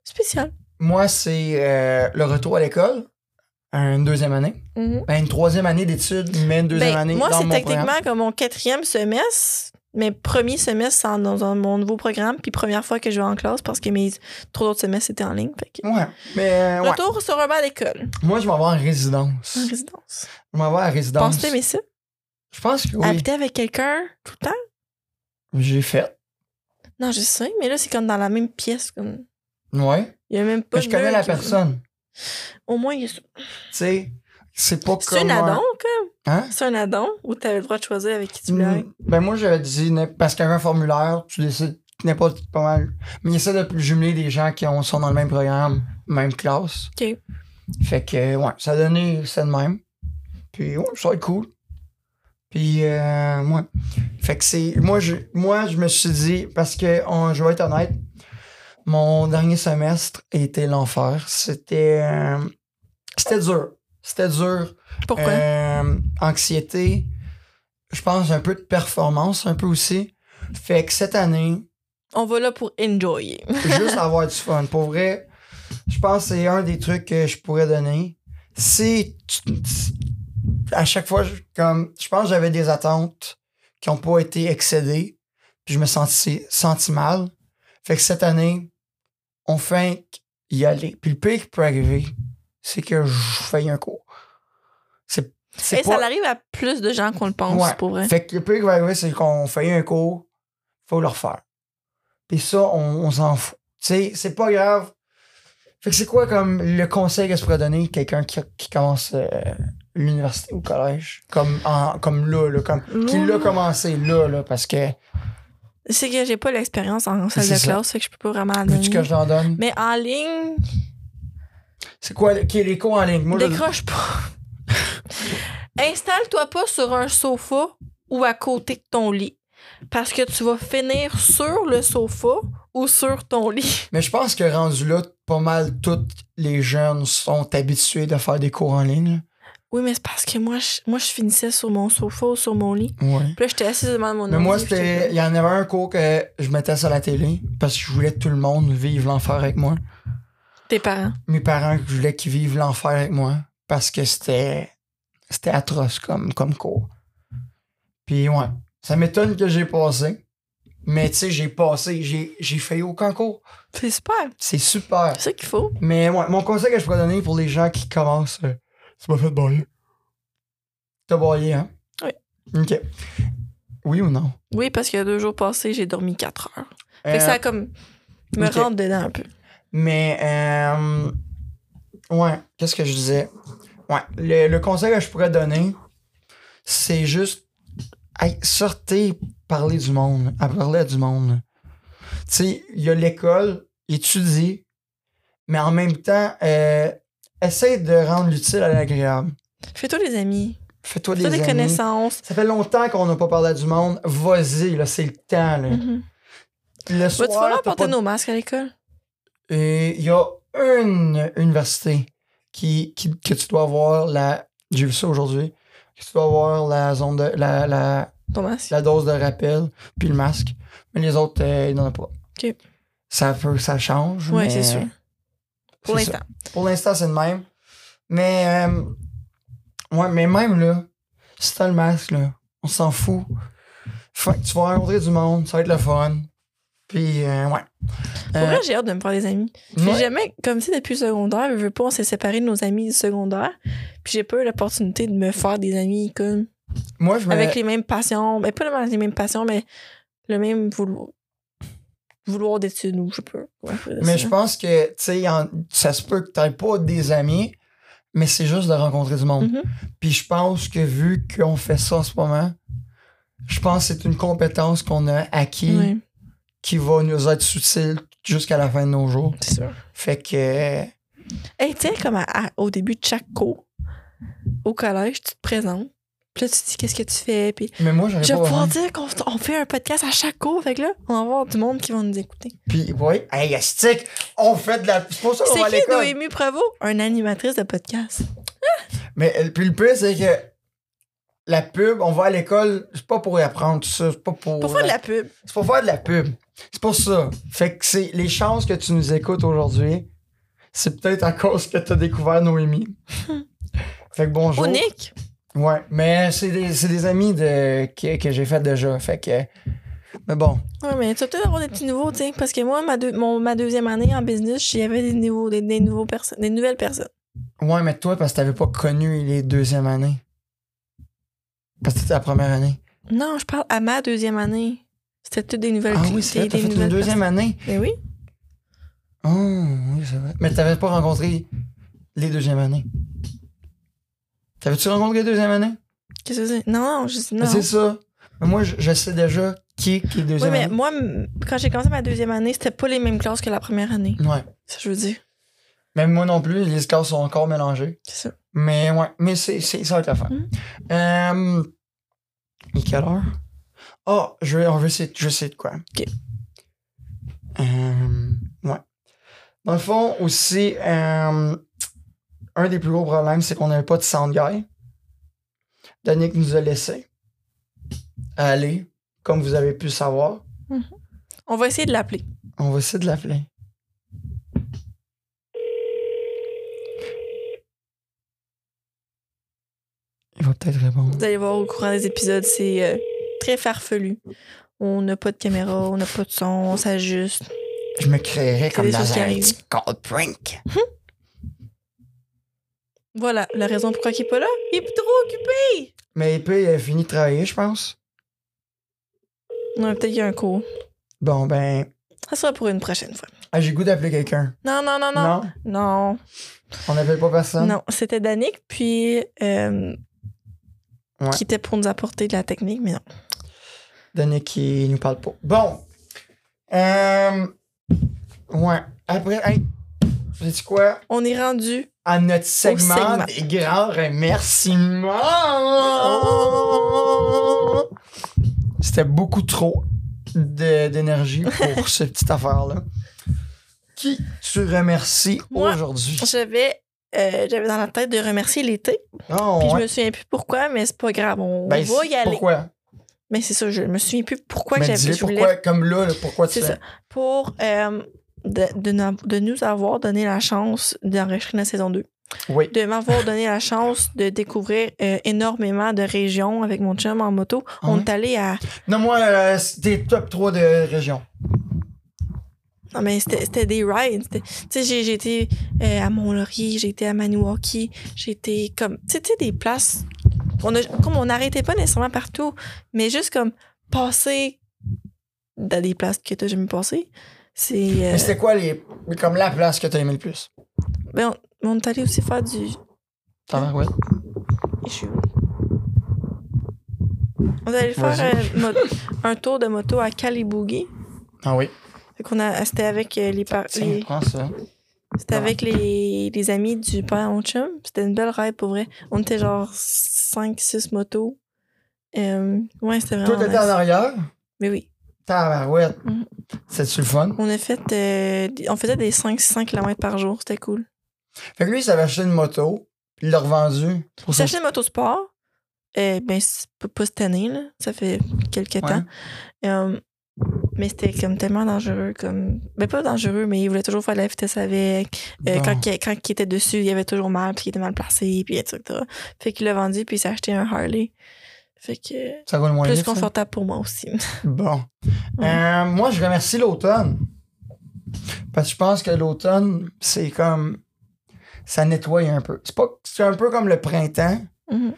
S2: spécial.
S1: moi, c'est euh, le retour à l'école, une deuxième année.
S2: Mhm.
S1: Ben, une troisième année d'études, mais une deuxième
S2: Ben,
S1: année
S2: moi,
S1: dans
S2: c'est
S1: mon programme.
S2: techniquement comme mon quatrième semestre, mais premier semestre c'est en- dans, dans mon nouveau programme, puis première fois que je vais en classe parce que mes trois autres semestres étaient en ligne. Fait que...
S1: Ouais. Mais euh, ouais.
S2: Retour Ah, sur un banc d'école,
S1: moi, je m'en vais en résidence.
S2: en résidence.
S1: Je m'en vais à résidence.
S2: Penses-tu aimer ça?
S1: Je pense que oui.
S2: Habiter avec quelqu'un tout le temps?
S1: J'ai fait.
S2: Non, je sais, mais là, c'est comme dans la même pièce. Comme...
S1: Ouais.
S2: Il y a même pas
S1: Mais
S2: de
S1: je connais
S2: mur
S1: la
S2: qui-
S1: personne.
S2: Au moins, il y a...
S1: Tu sais, c'est pas
S2: C'est
S1: comme.
S2: un addon, comme.
S1: Hein?
S2: C'est un addon ou t'avais le droit de choisir avec qui tu voulais.
S1: Mm, Ben moi j'avais dit n'im- parce qu'il y avait un formulaire, tu décides n'importe pas mal. Mais il essaie de jumeler des gens qui ont- sont dans le même programme, même classe.
S2: Ok.
S1: Fait que euh, ouais, ça a donné ça de même. Puis ouais, ça va être cool. Puis euh, ouais. Fait que c'est. Moi je moi je me suis dit, parce que on, je vais être honnête, mon dernier semestre était l'enfer. C'était euh, c'était dur. C'était dur.
S2: Pourquoi?
S1: Euh, anxiété, je pense un peu de performance, un peu aussi. Fait que cette année,
S2: On va là pour enjoy.
S1: juste avoir du fun. Pour vrai, je pense que c'est un des trucs que je pourrais donner. Si tu- tu- à chaque fois, je- comme je pense que j'avais des attentes qui n'ont pas été excédées, puis je me sentis senti mal. Fait que cette année, on fait y aller. Puis le pire qui peut arriver, c'est que je faille un cours. C'est c'est
S2: Et
S1: pas-
S2: ça arrive à plus de gens qu'on le pense,
S1: Ouais.
S2: pour vrai.
S1: fait que le pire qui va arriver, c'est qu'on fait un cours, faut le refaire. Puis ça, on, on s'en fout. Tu sais, c'est pas grave. Fait que c'est quoi comme le conseil que se pourrait donner quelqu'un qui, qui commence euh, l'université ou le collège? Comme, en- comme là, là, comme, qui l'a commencé là, là, parce que
S2: C'est que j'ai pas l'expérience en salle
S1: C'est
S2: de
S1: ça.
S2: classe, fait que je peux pas vraiment la
S1: veux-tu
S2: donner.
S1: que je t'en donne?
S2: Mais en ligne,
S1: C'est quoi qui est les cours en ligne? Moi, je-
S2: décroche pas. Installe-toi pas sur un sofa ou à côté de ton lit. Parce que tu vas finir sur le sofa ou sur ton lit.
S1: mais je pense que rendu là, pas mal tous les jeunes sont habitués de faire des cours en ligne.
S2: Oui, mais c'est parce que moi, je, moi, je finissais sur mon sofa ou sur mon lit.
S1: là. Ouais.
S2: Puis là, j'étais assise devant mon
S1: Mais
S2: ordi,
S1: moi,
S2: puis j'étais
S1: c'était. Il y en avait un cours que je mettais sur la télé parce que je voulais que tout le monde vive l'enfer avec moi.
S2: comme, Tes parents.
S1: Mes parents, je voulais qu'ils vivent l'enfer avec moi parce que c'était. C'était atroce comme, comme cours. Puis, ouais. Ça m'étonne que j'ai passé. Mais, tu sais, j'ai passé. J'ai j'ai fait aucun cours.
S2: C'est super.
S1: C'est super.
S2: C'est ça qu'il faut.
S1: Mais, ouais, mon conseil que je pourrais donner pour les gens qui commencent. euh, ça m'a fait bailler. T'as baillé, hein?
S2: Oui.
S1: OK. Oui ou non?
S2: Oui, parce qu'il y a deux jours passés, j'ai dormi quatre heures. Fait que
S1: Euh,
S2: ça a comme me
S1: ok.
S2: rentre dedans un peu.
S1: Mais, euh, ouais, qu'est-ce que je disais? Ouais, le, le conseil que je pourrais donner, c'est juste, hey, sortez, parler du monde, à parler à du monde. Tu sais, il y a l'école, étudie, mais en même temps, euh, essaye de rendre l'utile à l'agréable.
S2: Fais-toi des amis.
S1: Fais-toi des,
S2: Fais-toi des,
S1: amis.
S2: connaissances.
S1: Ça fait longtemps qu'on n'a pas parlé à du monde. Vas-y, là, c'est le temps. Là.
S2: Mhm.
S1: Le
S2: Va-tu falloir
S1: soir, t'as
S2: porter
S1: pas de
S2: nos masques à l'école?
S1: Et il y a une université qui, qui- que tu dois avoir la. J'ai vu ça aujourd'hui. Que tu dois avoir la zone de la, la,
S2: Ton masque?
S1: la dose de rappel puis le masque. Mais les autres, euh, ils n'en ont pas.
S2: OK.
S1: Ça peut, ça change.
S2: Ouais,
S1: mais
S2: c'est sûr. Pour
S1: c'est
S2: l'instant.
S1: ça. Pour l'instant, c'est le même. Mais euh, ouais, mais même là, si t'as le masque, là, on s'en fout. Fait que tu vas rencontrer du monde, ça va être le fun. Puis euh, ouais.
S2: Pour
S1: Euh,
S2: vrai, j'ai hâte de me faire des amis. J'ai
S1: ouais.
S2: jamais, comme si depuis le secondaire, je veux pas, on s'est séparés de nos amis du secondaire. Puis j'ai pas eu l'opportunité de me faire des amis comme
S1: Moi, je me-
S2: avec les mêmes passions. Mais pas vraiment les mêmes passions, mais le même vouloir, vouloir d'études ou je sais pas. comment on peut dire
S1: Mais
S2: ça.
S1: je pense que, tu sais, en- ça se peut que t'aies pas des amis, mais c'est juste de rencontrer du monde.
S2: Mhm.
S1: Puis je pense que vu qu'on fait ça en ce moment, je pense que c'est une compétence qu'on a acquise
S2: Ouais,
S1: qui va nous être utile jusqu'à la fin de nos jours.
S2: c'est sûr.
S1: Fait que,
S2: Hey, tu sais, comme à- à- au début de chaque cours, au collège, tu te présentes. Puis là, tu te dis qu'est-ce que tu fais. Puis
S1: mais moi, j'aurais
S2: je vais
S1: pas
S2: pouvoir
S1: vraiment-
S2: dire qu'on on fait un podcast à chaque cours. Fait que là, on va avoir du monde qui va nous écouter.
S1: Puis, oui, hey, astic, on fait de la. C'est pour ça qu'on va à
S2: C'est qui
S1: l'école.
S2: Noémie Prévost? Un animatrice de podcast.
S1: Mais euh, puis le pire, c'est que la pub, on va à l'école, c'est pas pour y apprendre tout ça, c'est pas pour.
S2: Pour faire de la pub.
S1: C'est pour faire de la pub. C'est pour ça. Fait que c'est les chances que tu nous écoutes aujourd'hui, c'est peut-être à cause que t'as découvert Noémie. fait que bonjour.
S2: Au Nick.
S1: Ouais, mais c'est des, c'est des amis de, que, que j'ai fait déjà. Fait que. Mais bon.
S2: Ouais, mais tu vas peut-être avoir des petits nouveaux, tu sais. Parce que moi, ma, deux- mon, ma deuxième année en business, j'avais des, nouveaux, des, des nouveaux personnes, des nouvelles personnes.
S1: Ouais, mais toi, parce que t'avais pas connu les deuxièmes années. Parce que c'était la première année.
S2: Non, je parle à ma deuxième année. C'était toutes des nouvelles
S1: Ah
S2: cli-
S1: oui, c'est vrai, t'as
S2: des- des
S1: fait une
S2: nouvelles
S1: deuxième année.
S2: personnes. Ben oui.
S1: Oh, oui, c'est vrai. Mais t'avais pas rencontré les deuxièmes années. T'avais-tu rencontré les deuxièmes années?
S2: Qu'est-ce que c'est? Non, je dis non.
S1: Mais Ah, C'est ça. Mais moi, je, je sais déjà qui, qui est
S2: Oui,
S1: deuxième
S2: mais
S1: année.
S2: moi, m- quand j'ai commencé ma deuxième année, c'était pas les mêmes classes que la première année.
S1: Ouais.
S2: Ça, je veux dire.
S1: Même moi non plus, les classes sont encore mélangées.
S2: C'est ça.
S1: Mais ouais, mais c'est, c'est ça va être la fin.
S2: Mhm.
S1: Euh, il est quelle heure? Ah, je, vais- je, sais, je sais de quoi.
S2: Ok.
S1: Euh, ouais. Dans le fond, aussi, euh, un des plus gros problèmes, c'est qu'on n'avait pas de sound guy. Danick nous a laissé aller, comme vous avez pu le savoir.
S2: On va essayer de l'appeler.
S1: On va essayer de l'appeler. Il va peut-être répondre.
S2: Vous allez voir au courant des épisodes, c'est euh, très farfelu. On n'a pas de caméra, on n'a pas de son, on s'ajuste.
S1: Je me créerais comme
S2: des
S1: dans
S2: choses qui
S1: un
S2: arrivent.
S1: petit cold drink.
S2: Voilà, la raison pourquoi il est pas là, il est trop occupé.
S1: Mais EP, il a fini de travailler, je pense.
S2: Non, peut-être qu'il y a un cours.
S1: Bon, ben,
S2: Ça sera pour une prochaine fois.
S1: ah, j'ai goût d'appeler quelqu'un.
S2: Non, non, non, non. Non,
S1: On n'appelle pas
S2: non.
S1: personne.
S2: c'était Danick, puis euh,
S1: Ouais.
S2: qui était pour nous apporter de la technique, mais non.
S1: Danick qui nous parle pas. Bon. Euh... Ouais. Après, hey, sais-tu quoi?
S2: On est rendu.
S1: à notre segment,
S2: segment.
S1: des grands remerciements. C'était beaucoup trop de- d'énergie pour cette petite affaire-là. Qui tu remercies
S2: Moi.
S1: aujourd'hui?
S2: J'avais, euh, j'avais dans la tête de remercier l'été,
S1: Oh,
S2: puis je
S1: ouais.
S2: me souviens plus pourquoi, mais c'est pas grave, on
S1: Ben,
S2: va y
S1: c'est-
S2: aller.
S1: pourquoi?
S2: Mais c'est ça, je me souviens plus pourquoi que
S1: Mais
S2: j'avais
S1: dis
S2: je voulais
S1: pourquoi, comme là, là, pourquoi tu
S2: C'est
S1: fais-
S2: ça. Pour euh, de, de nous- de nous avoir donné la chance d'enregistrer la saison 2.
S1: Oui,
S2: De m'avoir donné la chance de découvrir euh, énormément de régions avec mon chum en moto.
S1: Ah
S2: On
S1: ouais?
S2: est allé à.
S1: non, moi, euh, c'était top 3 de région.
S2: Non, mais c'était c'était des rides. C'était- Tu sais, j'ai j'ai été euh, à Mont-Laurier, j'ai été à Maniwaki, j'ai été comme. Tu sais, tu sais, des places. On a, comme on n'arrêtait pas nécessairement partout, mais juste comme passer dans des places que t'as jamais passées. C'est. euh,
S1: Mais c'était quoi, les, comme la place que t'as aimé le plus?
S2: ben, on, on est allé aussi faire du,
S1: Tabarouette.
S2: Et je suis où? On allait faire
S1: Vas-y.
S2: un, mo- un tour de moto à Kalibougi.
S1: Ah oui.
S2: Fait qu'on a- C'était avec euh, les, par-
S1: Tiens,
S2: les-
S1: prends ça.
S2: c'était avec les, les amis du père à mon chum. C'était une belle ride pour vrai. On était genre 5-6 motos. Euh, ouais, c'était
S1: Toi,
S2: vraiment.
S1: t'étais en
S2: nice.
S1: arrière?
S2: Mais oui.
S1: Tabarouette.
S2: Mhm.
S1: C'est-tu le fun?
S2: On a fait euh, des- on faisait des 5-600 km par jour. C'était cool.
S1: Fait que lui, il s'avait acheté une moto, puis il l'a revendue. Pour
S2: J'ai acheté une moto sport. Euh, ben, c'est pas, pas cette année, là. Ça fait quelques
S1: Ouais.
S2: temps. Euh, mais c'était comme tellement dangereux. Comme... Ben, pas dangereux, mais il voulait toujours faire de la vitesse avec. Euh,
S1: Bon.
S2: quand, il, quand il était dessus, il avait toujours mal, puis il était mal placé, puis etc. Fait qu'il l'a vendu, puis il s'est acheté un Harley. Fait que
S1: Ça roule moins
S2: plus
S1: vite, ça.
S2: confortable pour moi aussi.
S1: Bon.
S2: Ouais.
S1: Euh, moi, je remercie l'automne. Parce que je pense que l'automne, c'est comme. Ça nettoie un peu. C'est pas... c'est un peu comme le printemps,
S2: Mhm.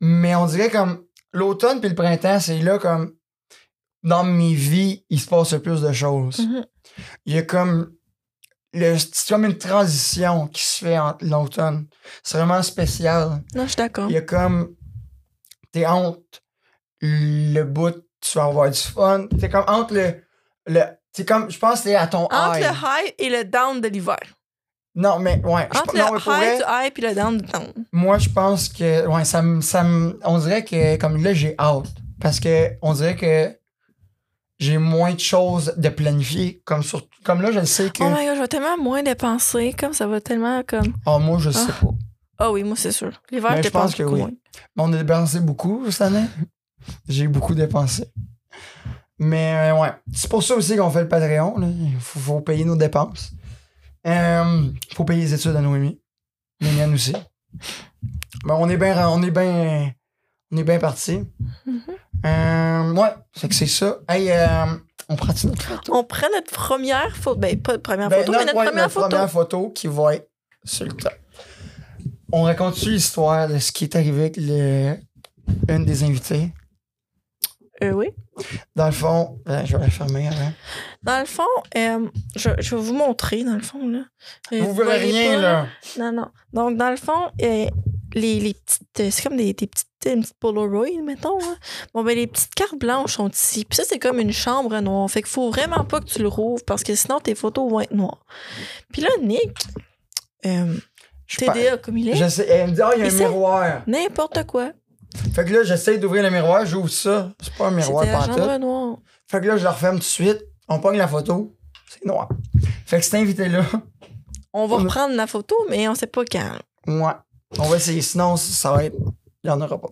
S1: mais on dirait comme. L'automne puis le printemps, c'est là comme. Dans mes vies, il se passe le plus de choses.
S2: Mhm.
S1: il y a comme le, c'est comme une transition qui se fait entre l'automne. C'est vraiment spécial.
S2: Non, je suis d'accord.
S1: Il y a comme t'es entre le bout, tu vas avoir du fun. T'es comme entre le, le c'est comme je pense que t'es à ton
S2: Entre
S1: high.
S2: le high et le down de l'hiver.
S1: Non mais ouais, je-
S2: Entre
S1: non,
S2: le
S1: mais
S2: high
S1: pour vrai,
S2: du high puis le down du down.
S1: moi je pense que ouais ça me ça me- on dirait que comme là j'ai hâte parce que on dirait que j'ai moins de choses de planifier comme sur comme là je le sais que
S2: Oh my god, je vais tellement moins dépenser. Comme ça va tellement comme.
S1: oh moi je
S2: Ah.
S1: sais pas.
S2: Ah oui, moi, c'est sûr. L'hiver,
S1: Ben,
S2: je
S1: je pense
S2: dépense
S1: que
S2: beaucoup
S1: oui.
S2: moins.
S1: Mais on a dépensé beaucoup cette année. J'ai beaucoup dépensé. Mais euh, ouais, c'est pour ça aussi qu'on fait le Patreon. là. Il faut, faut payer nos dépenses. Euh, faut payer les études à Noémie. Les miennes aussi. Ben, on est bien on est bien on est bien parti.
S2: Mm-hmm.
S1: Euh, ouais, c'est que c'est ça. Hey, euh, on prend notre photo.
S2: On prend notre première photo. Ben, pas de première
S1: Ben,
S2: photo, mais notre
S1: ouais,
S2: première
S1: notre
S2: photo.
S1: première photo qui va être sur le top. On raconte-tu l'histoire de ce qui est arrivé avec le- une des invitées?
S2: Euh, oui.
S1: Dans le fond, ben, je vais la fermer avant.
S2: Dans le fond, euh, je, je vais vous montrer, dans le fond. Là. Euh,
S1: Vous verrez rien,
S2: pas,
S1: là.
S2: Non, non. Donc, dans le fond, euh, les, les petites. euh, c'est comme des, des petites, une petite Polaroid, mettons. hein. Bon, ben, les petites cartes blanches sont ici. Puis ça, c'est comme une chambre noire. Fait qu'il faut vraiment pas que tu le rouvres parce que sinon, tes photos vont être noires. Puis là, Nick, euh,
S1: Je suis pas-
S2: TDA comme il est,
S1: Je sais, elle me dit, ah, il y a un
S2: Essaie.
S1: miroir.
S2: n'importe quoi.
S1: Fait que là, j'essaie d'ouvrir le miroir, j'ouvre ça. C'est pas un miroir
S2: C'était la
S1: pantoute.
S2: chambre noire.
S1: Fait que là, je la referme tout de suite. On pogne la photo. C'est noir. Fait que cet invité-là,
S2: On va
S1: On a-
S2: reprendre la photo, mais on sait pas quand.
S1: moi, on va essayer. Sinon, ça va être. Il n'y en aura pas.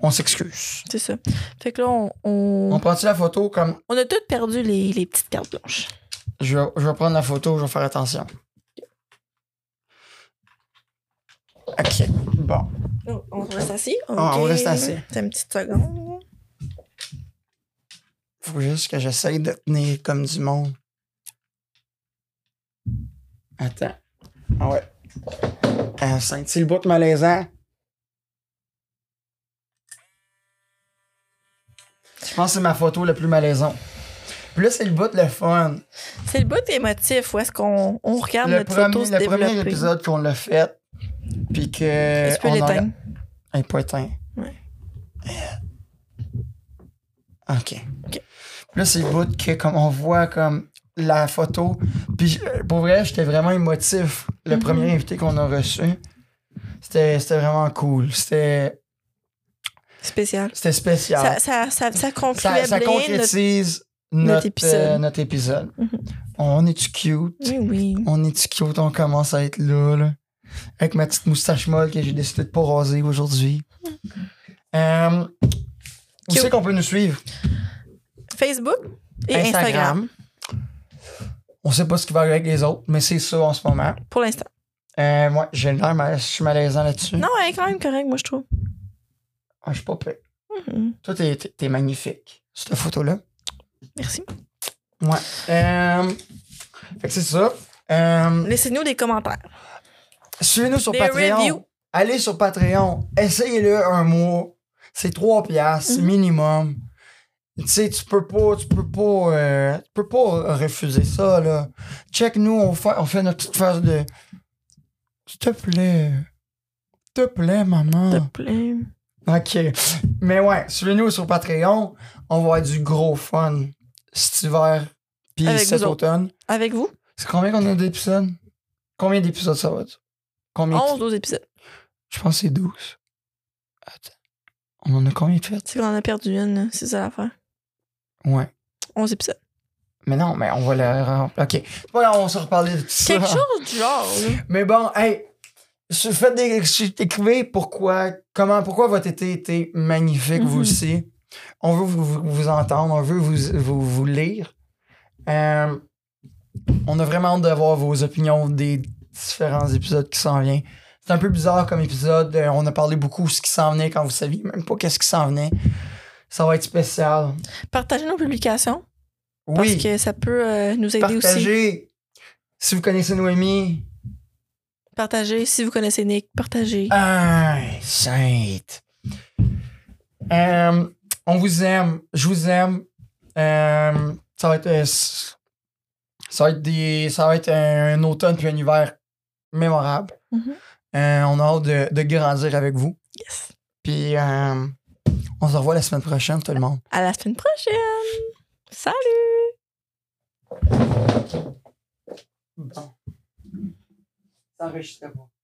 S1: On s'excuse.
S2: C'est ça. Fait que là, on, on-
S1: On prend-tu la photo comme.
S2: on a toutes perdu les, les petites cartes blanches.
S1: Je vais, je vais prendre la photo, je vais faire attention. Ok. Bon.
S2: Oh, on reste assis?
S1: Ah, on
S2: Ok.
S1: reste assis.
S2: C'est une petite seconde.
S1: Faut juste que j'essaye de tenir comme du monde. Attends. Ah ouais. Ah, c'est le bout de malaisant. Je pense que c'est ma photo la plus malaisante. Puis là, c'est le bout de le fun.
S2: C'est le bout émotif où est-ce qu'on on regarde
S1: Le
S2: Ah, notre
S1: premier,
S2: photo se
S1: le
S2: développer.
S1: premier épisode qu'on l'a fait, puis que...
S2: Et tu peux
S1: on en-
S2: l'éteindre.
S1: Elle est pas éteinte.
S2: Ouais.
S1: Euh, OK.
S2: OK.
S1: Là, c'est le bout que, comme on voit comme la photo. Puis je- euh, pour vrai, j'étais vraiment émotif. Le
S2: Mhm.
S1: premier invité qu'on a reçu, c'était c'était vraiment cool. C'était
S2: Spécial.
S1: c'était spécial.
S2: Ça, ça, ça, ça concluait
S1: Ça- ça
S2: bien notre...
S1: concrétise notre,
S2: notre
S1: euh,
S2: épisode.
S1: notre épisode.
S2: Mhm.
S1: On est-tu cute?
S2: Oui, oui.
S1: On est-tu cute? On commence à être là, là. Avec ma petite moustache molle que j'ai décidé de pas raser aujourd'hui. Euh, où
S2: Cute.
S1: c'est qu'on peut nous suivre?
S2: Facebook et Instagram,
S1: On sait pas ce qui va arriver avec les autres, mais c'est ça en ce moment.
S2: pour l'instant.
S1: Euh, moi, j'ai l'air, mal- je suis malaisant là-dessus.
S2: Non, elle est quand même correcte, moi, je trouve.
S1: Ah, je suis pas prêt.
S2: Mhm.
S1: Toi, t'es, t'es- t'es magnifique. Cette photo-là.
S2: Merci.
S1: Mm. Ouais. Euh, fait que c'est ça. Euh,
S2: Laissez-nous des commentaires.
S1: suivez-nous sur
S2: Des
S1: Patreon.
S2: reviews.
S1: Allez sur Patreon. Essayez-le un mois. C'est 3 piastres
S2: Mhm.
S1: minimum. Tu sais, tu peux pas, tu peux pas, euh, tu peux pas refuser ça, là. Check nous, on fait, on fait notre petite phase de. S'il te plaît. S'il te plaît, maman.
S2: S'il te plaît.
S1: OK. Mais ouais, suivez-nous sur Patreon. On va avoir du gros fun cet hiver puis
S2: Avec
S1: cet
S2: vous autres.
S1: automne.
S2: Avec vous,
S1: C'est combien qu'on a d'épisodes? Combien d'épisodes ça va être? Combien?
S2: 11, 12 épisodes.
S1: Je pense que c'est 12. Attends. On en a combien de faites?
S2: C'est qu'on en a perdu une, là, c'est ça l'affaire.
S1: Ouais.
S2: 11 épisodes.
S1: Mais non, mais on va le remplir. OK. Voilà, on va se reparler de tout ça.
S2: Quelque chose du genre, là.
S1: Mais bon, hey, se- faites des, écrivez pourquoi, comment, pourquoi votre été était magnifique, vous
S2: Mhm.
S1: aussi. On veut vous, vous- vous entendre, on veut vous, vous, vous lire. Euh, on a vraiment hâte de voir vos opinions des différents épisodes qui s'en viennent. C'est un peu bizarre comme épisode. euh, on a parlé beaucoup de ce qui s'en venait quand vous saviez même pas qu'est-ce qui s'en venait. Ça va être spécial.
S2: Partagez nos publications parce
S1: Oui,
S2: que ça peut euh, nous aider aussi.
S1: partagez. Si vous connaissez Noémie,
S2: Partagez. Si vous connaissez Nick,
S1: Ah.
S2: partagez.
S1: Hey, sainte. Euh, on vous aime. Je vous aime. Euh, ça va être. euh, s- Ça va être, des, ça va être un, automne puis un hiver mémorable.
S2: Mhm.
S1: Euh, on a hâte de, de grandir avec vous.
S2: Yes.
S1: Puis euh, on se revoit la semaine prochaine, tout le monde.
S2: À la semaine prochaine. Salut.
S1: Bon. Ça enregistrait pas.